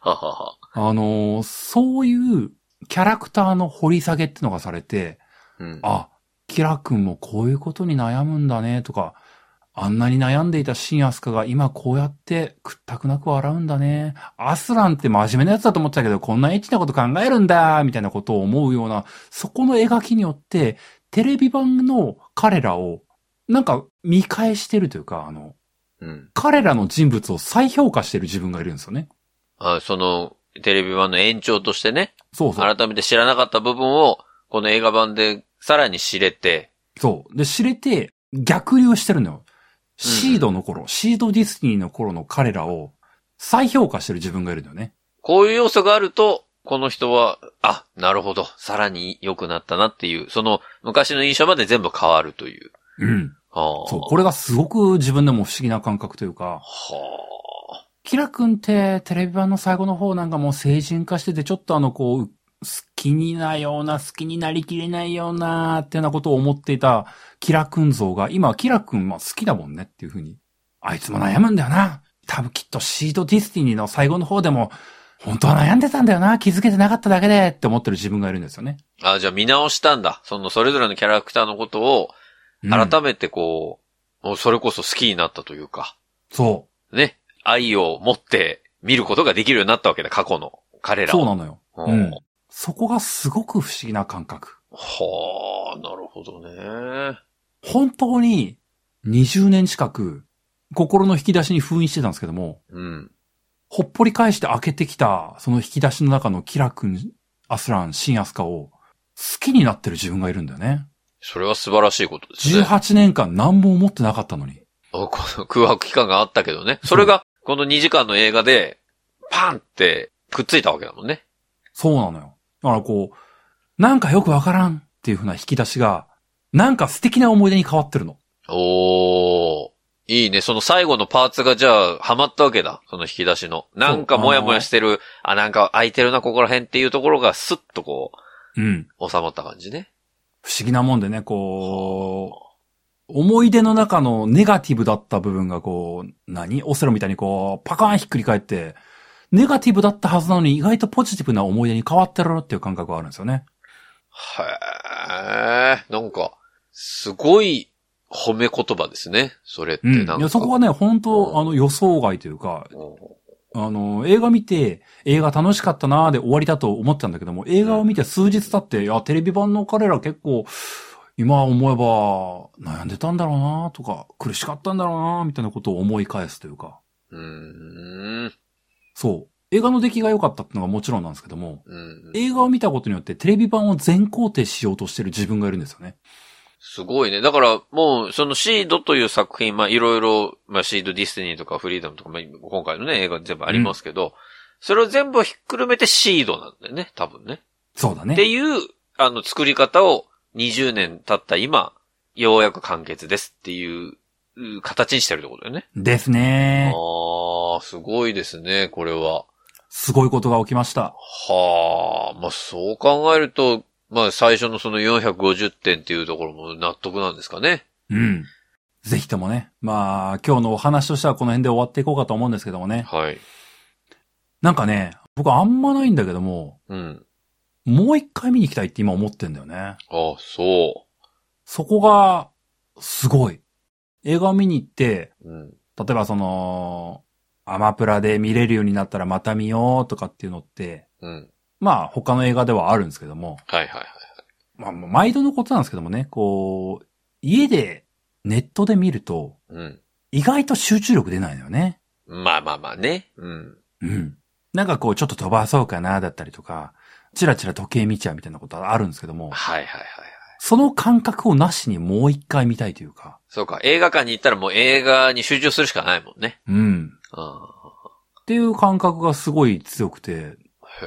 Speaker 1: はあはあはあ。
Speaker 2: あのーそういうキャラクターの掘り下げってのがされて、
Speaker 1: うん。
Speaker 2: あ、キラ君もこういうことに悩むんだね、とか、あんなに悩んでいたシンアスカが今こうやってくったくなく笑うんだね。アスランって真面目なやつだと思ってたけど、こんなエッチなこと考えるんだ、みたいなことを思うような、そこの描きによって、テレビ版の彼らを、なんか見返してるというか、あの、
Speaker 1: うん。
Speaker 2: 彼らの人物を再評価してる自分がいるんですよね。
Speaker 1: あその、テレビ版の延長としてね、
Speaker 2: そうそう。
Speaker 1: 改めて知らなかった部分を、この映画版でさらに知れて、
Speaker 2: そう。で、知れて、逆流してるのよ。シードの頃、シードディスニーの頃の彼らを再評価してる自分がいるのよね。
Speaker 1: こういう要素があると、この人は、あ、なるほど、さらに良くなったなっていう、その昔の印象まで全部変わるという。
Speaker 2: うん。
Speaker 1: はあ、
Speaker 2: そう。これがすごく自分でも不思議な感覚というか、
Speaker 1: は
Speaker 2: キラ君ってテレビ版の最後の方なんかもう成人化してて、ちょっとあの、こう、好きになような、好きになりきれないような、ってなことを思っていたキラ君像が、今、キラ君は好きだもんねっていうふうに。あいつも悩むんだよな。多分きっとシードディスティニーの最後の方でも、本当は悩んでたんだよな。気づけてなかっただけでって思ってる自分がいるんですよね。
Speaker 1: あ。あ、じゃあ見直したんだ。そのそれぞれのキャラクターのことを、
Speaker 2: うん
Speaker 1: 改めてこう、もうそれこそ好きになったというか、
Speaker 2: そ
Speaker 1: ね、愛を持って見ることができるようになったわけだ、過去の彼
Speaker 2: う。
Speaker 1: ら
Speaker 2: そう
Speaker 1: を。
Speaker 2: なのよ。
Speaker 1: そう
Speaker 2: うん。そこがすごく不思議な感覚。
Speaker 1: はあ、なるほどね。
Speaker 2: 本当に20年近く心の引き出しに封印してたんですけども、
Speaker 1: うん。
Speaker 2: ほっぽり返して開けてきたその引き出しの中のキラ君、アスラン、シンアスカを好きになってる自分がいるんだよね。
Speaker 1: それは素晴らしいことですね。
Speaker 2: 18年間何も思ってなかったのに。
Speaker 1: この空白期間があったけどね。それが、この2時間の映画で、パンってくっついたわけだもんね。
Speaker 2: そうなのよ。だからこう、なんかよくわからんっていう風な引き出しが、なんか素敵な思い出に変わってるの。
Speaker 1: おー。いいね。その最後のパーツがじゃあ、はまったわけだ。その引き出しの。なんかもやもやしてる、あ、なんか空いてるな、ここら辺っていうところがスッとこ
Speaker 2: うん。
Speaker 1: う、収まった感じね。
Speaker 2: 不思議なもんでね、こう、思い出の中のネガティブだった部分がこう、何オセロみたいにこう、パカーンひっくり返って、ネガティブだったはずなのに意外とポジティブな思い出に変わってるっていう感覚があるんですよね。
Speaker 1: へー。なんか、すごい褒め言葉ですね。それって。
Speaker 2: うん。い
Speaker 1: なんか、
Speaker 2: や、そこがね、本当あの、予想外というか、
Speaker 1: うん
Speaker 2: あの、映画見て、映画楽しかったなーで終わりだと思ってたんだけども、映画を見て数日経って、いや、テレビ版の彼ら結構、今思えば、悩んでたんだろうなーとか、苦しかったんだろうなーみたいなことを思い返すというか、
Speaker 1: うーん。
Speaker 2: そう。映画の出来が良かったってのがもちろんなんですけども、
Speaker 1: うん。
Speaker 2: 映画を見たことによってテレビ版を全肯定しようとしてる自分がいるんですよね。
Speaker 1: すごいね。だから、もう、そのシードという作品、まあ、いろいろ、まあ、シードディスティニーとかフリーダムとか、まあ、今回のね、映画全部ありますけど、それを全部ひっくるめてシードなんだよね、多分ね。
Speaker 2: そうだ
Speaker 1: っ
Speaker 2: ね。
Speaker 1: ていう、あの、作り方を20年経った今、ようやく完結ですっていう、う形にしてるってことだよね。
Speaker 2: ですねー。
Speaker 1: ああ、すごいですね、これは。
Speaker 2: すごいことが起きました。
Speaker 1: はあ、まあ、そう考えると、まあ、最初のその450点っていうところも納得なんですかね。
Speaker 2: うん。ぜひともね。まあ、今日のお話としてはこの辺で終わっていこうかと思うんですけどもね。
Speaker 1: はい。
Speaker 2: なんかね、僕あんまないんだけども、
Speaker 1: うん。
Speaker 2: もう一回見に行きたいって今思ってんだよね。
Speaker 1: あ、そ
Speaker 2: そこが、すごい。映画を見に行って、
Speaker 1: う。うん。
Speaker 2: 例えばその、アマプラで見れるようになったらまた見ようとかっていうのって、
Speaker 1: うん。
Speaker 2: まあ他の映画ではあるんですけども、
Speaker 1: はいはいはい。
Speaker 2: まあもう毎度のことなんですけどもね、こう、家でネットで見ると、
Speaker 1: うん。
Speaker 2: 意外と集中力出ないのよね。
Speaker 1: まあまあまあね。うん。
Speaker 2: うん。なんかこうちょっと飛ばそうかなだったりとか、チラチラ時計見ちゃうみたいなことはあるんですけども、
Speaker 1: はいはいはいはい。
Speaker 2: その感覚をなしにもう一回見たいというか。
Speaker 1: そうか。映画館に行ったらもう映画に集中するしかないもんね。
Speaker 2: うん。
Speaker 1: あ
Speaker 2: っていう感覚がすごい強くて。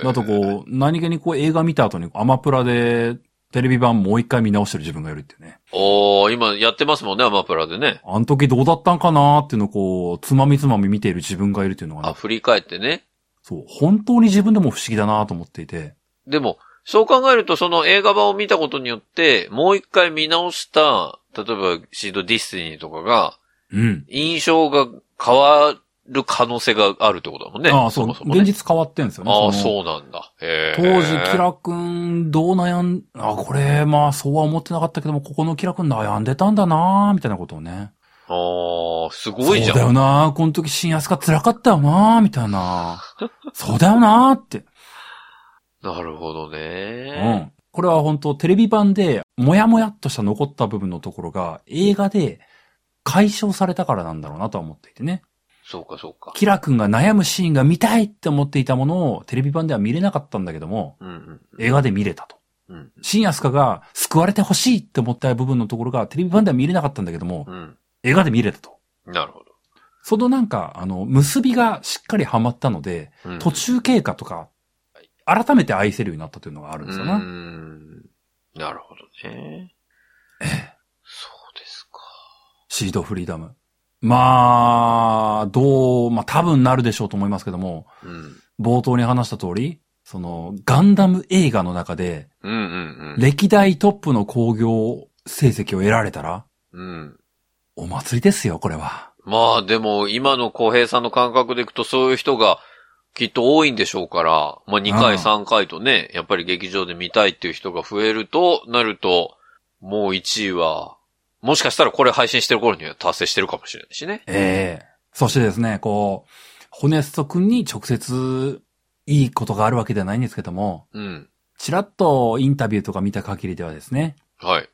Speaker 1: あ
Speaker 2: あとこう、何気にこう映画見た後にアマプラでテレビ版もう一回見直してる自分がいるっていうね。
Speaker 1: おー、今やってますもんね、アマプラでね。
Speaker 2: あの時どうだったんかなーっていうのをこう、つまみつまみ見ている自分がいるっていうのが
Speaker 1: あ、
Speaker 2: ね、
Speaker 1: 振り返ってね。
Speaker 2: そう、本当に自分でも不思議だなーと思っていて。
Speaker 1: でも、そう考えると、その映画版を見たことによって、もう一回見直した、例えば、シードディスティニーとかが、
Speaker 2: うん。
Speaker 1: 印象が変わる可能性があるってことだもんね。
Speaker 2: ああ、そう
Speaker 1: ももね
Speaker 2: 現実変わってんですよね。
Speaker 1: ああ、
Speaker 2: その
Speaker 1: そうなんだ。へ
Speaker 2: 当時、キラ君、どう悩ん、あ、これ、まあ、そうは思ってなかったけども、ここのキラ君悩んでたんだなーみたいなことをね。
Speaker 1: ああ、すごいじゃ
Speaker 2: そうだよ
Speaker 1: ん。
Speaker 2: なこの時新安が辛かったよなみた いなそうだよなって。
Speaker 1: なるほど
Speaker 2: う
Speaker 1: ね。
Speaker 2: ん。これは本当テレビ版で、もやもやっとした残った部分のところが、映画で解消されたからなんだろうなとは思っていてね。
Speaker 1: そうか、そうか。
Speaker 2: キラ君が悩むシーンが見たいって思っていたものを、テレビ版では見れなかったんだけども、
Speaker 1: うんうん。
Speaker 2: 映画で見れたと。
Speaker 1: うん。
Speaker 2: 新安カが救われてほしいって思った部分のところが、テレビ版では見れなかったんだけども、
Speaker 1: うん。
Speaker 2: 映画で見れたと。
Speaker 1: なるほど。
Speaker 2: そのなんか、あの、結びがしっかりハマったので、
Speaker 1: うん
Speaker 2: 途中経過とか、改めて愛せるようになったというのがあるんですよ
Speaker 1: うー
Speaker 2: ね。
Speaker 1: んなるほどね。そうですか。
Speaker 2: シードフリーダム。まあ、どう、まあ多分なるでしょうと思いますけども、
Speaker 1: うん。
Speaker 2: 冒頭に話した通り、その、ガンダム映画の中で、
Speaker 1: うんうん
Speaker 2: 歴代トップの興行成績を得られたら、
Speaker 1: うん。うん。
Speaker 2: お祭りですよ、これは。
Speaker 1: まあでも、今の小平さんの感覚でいくとそういう人がきっと多いんでしょうから、まあ2
Speaker 2: う
Speaker 1: 回
Speaker 2: ん
Speaker 1: 3回とね、やっぱり劇場で見たいっていう人が増えるとなると、もう1位は、もしかしたらこれ配信してる頃には達成してるかもしれないしね。
Speaker 2: ええそしてですね、こう、ホネスト君に直接いいことがあるわけではないんですけども、
Speaker 1: うん。
Speaker 2: ちらっとインタビューとか見た限りではですね、
Speaker 1: はい。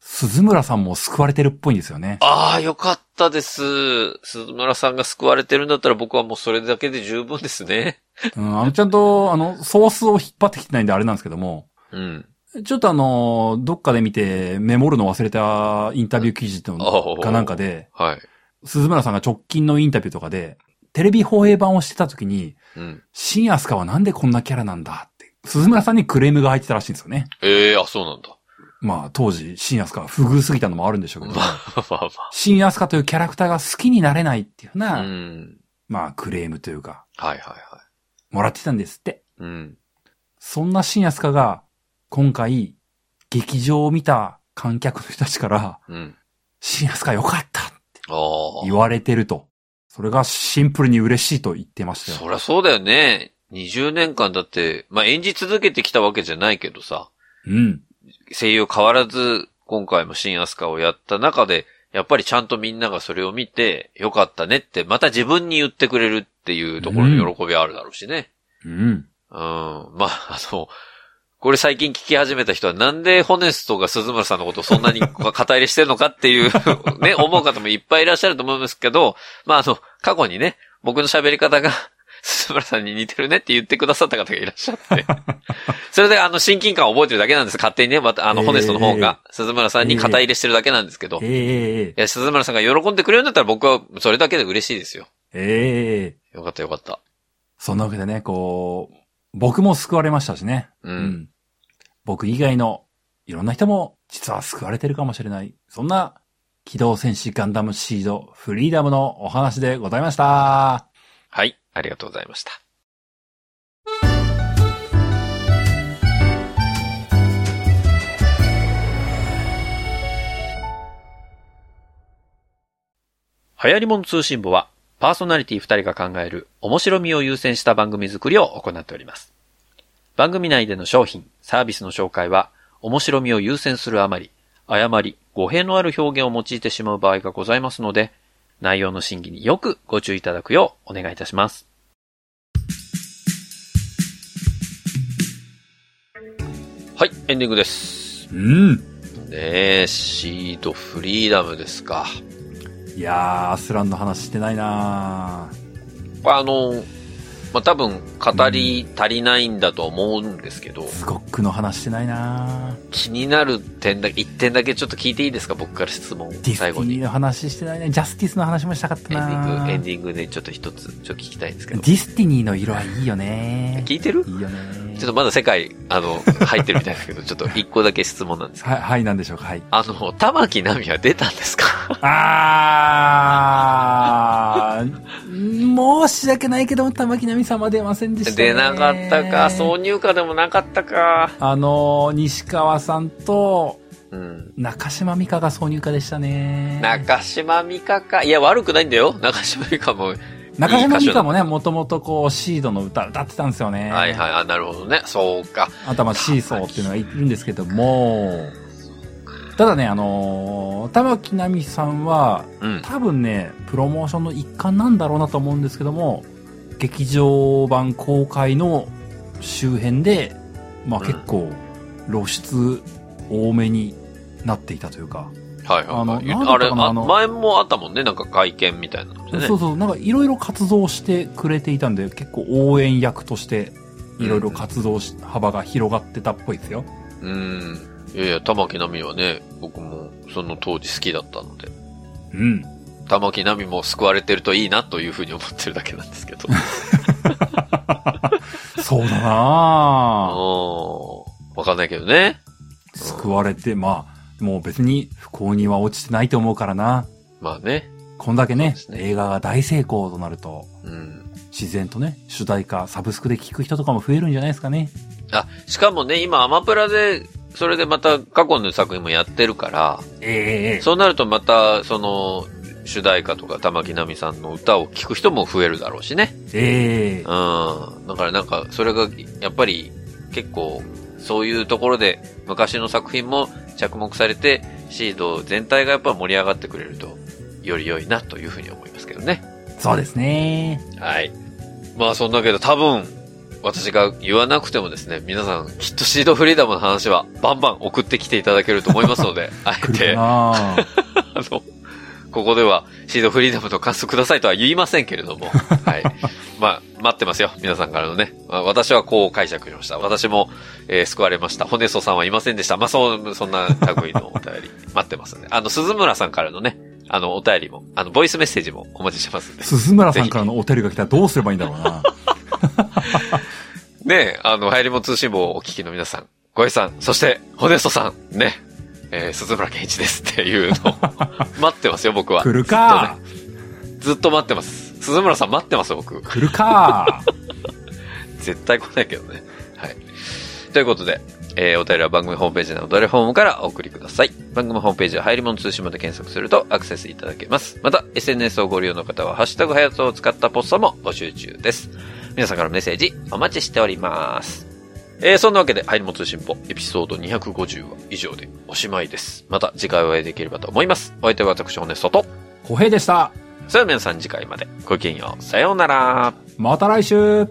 Speaker 2: 鈴村さんも救われてるっぽいんですよね。
Speaker 1: ああ、よかったです。鈴村さんが救われてるんだったら僕はもうそれだけで十分ですね。
Speaker 2: うん、あの、ちゃんと、あの、ソースを引っ張ってきてないんであれなんですけども、
Speaker 1: うん。
Speaker 2: ちょっとあの、どっかで見てメモるの忘れたインタビュー記事っていうの
Speaker 1: ああ
Speaker 2: かなんかで、
Speaker 1: はい。
Speaker 2: 鈴村さんが直近のインタビューとかで、テレビ放映版をしてた時に、
Speaker 1: うん。
Speaker 2: 新アスカはなんでこんなキャラなんだって、鈴村さんにクレームが入ってたらしいんですよね。
Speaker 1: ええあ、そうなんだ。
Speaker 2: まあ当時、新アスカは不遇すぎたのもあるんでしょうけ
Speaker 1: ま
Speaker 2: ど、
Speaker 1: あまあ
Speaker 2: 新アスカというキャラクターが好きになれないっていうよう
Speaker 1: まあ。
Speaker 2: な、
Speaker 1: うん。
Speaker 2: まあクレームというか、
Speaker 1: はいはいは
Speaker 2: もらってたんですって。
Speaker 1: い。うん。
Speaker 2: そんな新安カが、今回、劇場を見た観客の人たちから、
Speaker 1: うん。
Speaker 2: 新安カ良かったって
Speaker 1: ああ。
Speaker 2: 言われてると。それがシンプルに嬉しいと言ってました
Speaker 1: そ
Speaker 2: よ。
Speaker 1: りゃそうだよね。20年間だって、まあ、演じ続けてきたわけじゃないけどさ、
Speaker 2: うん。
Speaker 1: 声優変わらず、今回も新アスカをやった中で、やっぱりちゃんとみんながそれを見て、よかったねって、また自分に言ってくれるっていうところの喜びはあるだろうしね。
Speaker 2: うん。
Speaker 1: うん。まあ、あの、これ最近聞き始めた人は、なんでホネストが鈴村さんのことをそんなに肩入れしてるのかっていう、 ね、思う方もいっぱいいらっしゃると思いますけど、まあ、あの、過去にね、僕の喋り方が 鈴村さんに似てるねって言ってくださった方がいらっしゃ って、それであの、親近感を覚えてるだけなんです。勝手にね、また、あの、
Speaker 2: えー
Speaker 1: ホネストの方が鈴村さんに肩入れしてるだけなんですけど、
Speaker 2: え
Speaker 1: い
Speaker 2: ええ
Speaker 1: や、鈴村さんが喜んでくれるんだったら僕はそれだけで嬉しいですよ。
Speaker 2: えええ
Speaker 1: よかったよかった。
Speaker 2: そんなわけでね、こう、僕も救われましたしね。
Speaker 1: う。
Speaker 2: うん僕以外の、いろんな人も、実は救われてるかもしれない。そんな、機動戦士ガンダムシードフリーダムのお話でございました。
Speaker 1: はい、ありがとうございました。流行り物通信簿は、パーソナリティ2人が考える面白みを優先した番組作りを行っております。番組内での商品、サービスの紹介は、面白みを優先するあまり、誤り、語弊のある表現を用いてしまう場合がございますので、内容の審議によくご注意いただくようお願いいたします。はい、エンディングです。
Speaker 2: うん。
Speaker 1: ねえ、シードフリーダムですか。
Speaker 2: いやー、アスランの話してないなー
Speaker 1: これあの、まあ、多分語り足りないんだと思うんですけど、
Speaker 2: スコックの話してないなー
Speaker 1: 気になる点だけ、一点だけちょっと聞いていいですか僕から質問。
Speaker 2: ディステ
Speaker 1: 最
Speaker 2: ィ
Speaker 1: 後
Speaker 2: ニー
Speaker 1: に。
Speaker 2: の話してないね。ジャスティスの話もしたかった
Speaker 1: エンディン
Speaker 2: な
Speaker 1: グ、エン
Speaker 2: デ
Speaker 1: ディングでちょっと一つ、ちょっと聞きたいんですけど。
Speaker 2: ディスティニーの色はいいよね
Speaker 1: 聞いてる
Speaker 2: いいよね
Speaker 1: ちょっとまだ世界、あの、入ってるみたいですけど、ちょっと一個だけ質問なんですけど
Speaker 2: はい、はい、なんでしょうか、はい。
Speaker 1: あの、玉木奈美は出たんですか
Speaker 2: あー、申し訳ないけども、玉木奈美さんは出ませんでしたね。
Speaker 1: 出なかったか、挿入歌でもなかったか。
Speaker 2: あのー、西川さんと、
Speaker 1: うん。
Speaker 2: 中島美香が挿入歌でしたね。
Speaker 1: 中島美香か。いや、悪くないんだよ。中島美香も。
Speaker 2: 中島美香もね、もともとこう、シードの歌歌ってたんですよね。
Speaker 1: はいはい、あ、なるほどね。そうか。
Speaker 2: あとはまあシーソーっていうのがいるんですけども、ただね、あのー玉木奈美さんは、
Speaker 1: うん。
Speaker 2: 多分ね、プロモーションの一環なんだろうなと思うんですけども、劇場版公開の周辺で、まあ
Speaker 1: うん
Speaker 2: 結構露出多めになっていたというか、
Speaker 1: はいはい、
Speaker 2: あの
Speaker 1: はい
Speaker 2: なんだったかな
Speaker 1: あれあ
Speaker 2: あの
Speaker 1: 前もあったもんね。なんか会見みたいなのでね。
Speaker 2: そうそう、なんかいろいろ活動してくれていたんで、結構応援役として、いろいろ活動し、幅が広がってたっぽいですよ。
Speaker 1: うん。いやいや、玉木奈美はね、僕もその当時好きだったので。
Speaker 2: うん。
Speaker 1: 玉木奈美も救われてるといいなというふうに思ってるだけなんですけど。
Speaker 2: そうだ
Speaker 1: あ
Speaker 2: なぁ
Speaker 1: あ。わかんないけどね。
Speaker 2: 救われて、まあ、もう別に不幸には落ちてないと思うからな。
Speaker 1: まあね。
Speaker 2: こんだけね、
Speaker 1: そうですね
Speaker 2: 映画が大成功となると、
Speaker 1: うん。
Speaker 2: 自然とね、主題歌、サブスクで聴く人とかも増えるんじゃないですかね。
Speaker 1: あ、しかもね、今アマプラで、それでまた過去の作品もやってるから、
Speaker 2: ええ
Speaker 1: そうなるとまた、その、主題歌とか玉木奈美さんの歌を聴く人も増えるだろうしね。う
Speaker 2: ええ
Speaker 1: ん。だからなんか、それが、やっぱり、結構、そういうところで、昔の作品も着目されて、シード全体がやっぱ盛り上がってくれると、より良いなというふうに思いますけどね。
Speaker 2: そうですね。
Speaker 1: はい。まあそんだけど多分、私が言わなくてもですね、皆さんきっとシードフリーダムの話はバンバン送ってきていただけると思いますので、あえ
Speaker 2: 来る
Speaker 1: て、あ
Speaker 2: かなぁ
Speaker 1: の、ここではシードフリーダムの感想くださいとは言いませんけれども、はい。まあ、待ってますよ、皆さんからのね。まあ私はこう解釈しました。私も、えー救われました。骨粗さんはいませんでした。まあ、そう、そんな類のお便り、待ってますんで。あの、鈴村さんからのね、あの、お便りも、あの、ボイスメッセージもお待ちしてますんで。
Speaker 2: 鈴村さんからのお便りが来たらどうすればいいんだろうな。
Speaker 1: ねえ、あの、流行りも通信簿をお聞きの皆さん、ごえさん、そして、ホネストさん、ね、えー、鈴村健一ですっていう のを待ってますよ、僕は。
Speaker 2: 来るか、
Speaker 1: ずっと待ってます。鈴村さん待ってます、僕。
Speaker 2: 来るか
Speaker 1: 絶対来ないけどね。はい。ということで、えー、お便りは番組ホームページのお便りフォームからお送りください。番組ホームページは入り物通信まで検索するとアクセスいただけます。また、SNS をご利用の方は、ハッシュタグハヤトを使ったポストも募集中です。皆さんからのメッセージお待ちしております。えー、そんなわけで、入り物通信簿エピソード250は以上でおしまいです。また次回お会いできればと思います。お相手は私、ホネストと。
Speaker 2: 小平でした。
Speaker 1: それでは皆さん次回まで。ごきげんよう。さようなら。
Speaker 2: また来週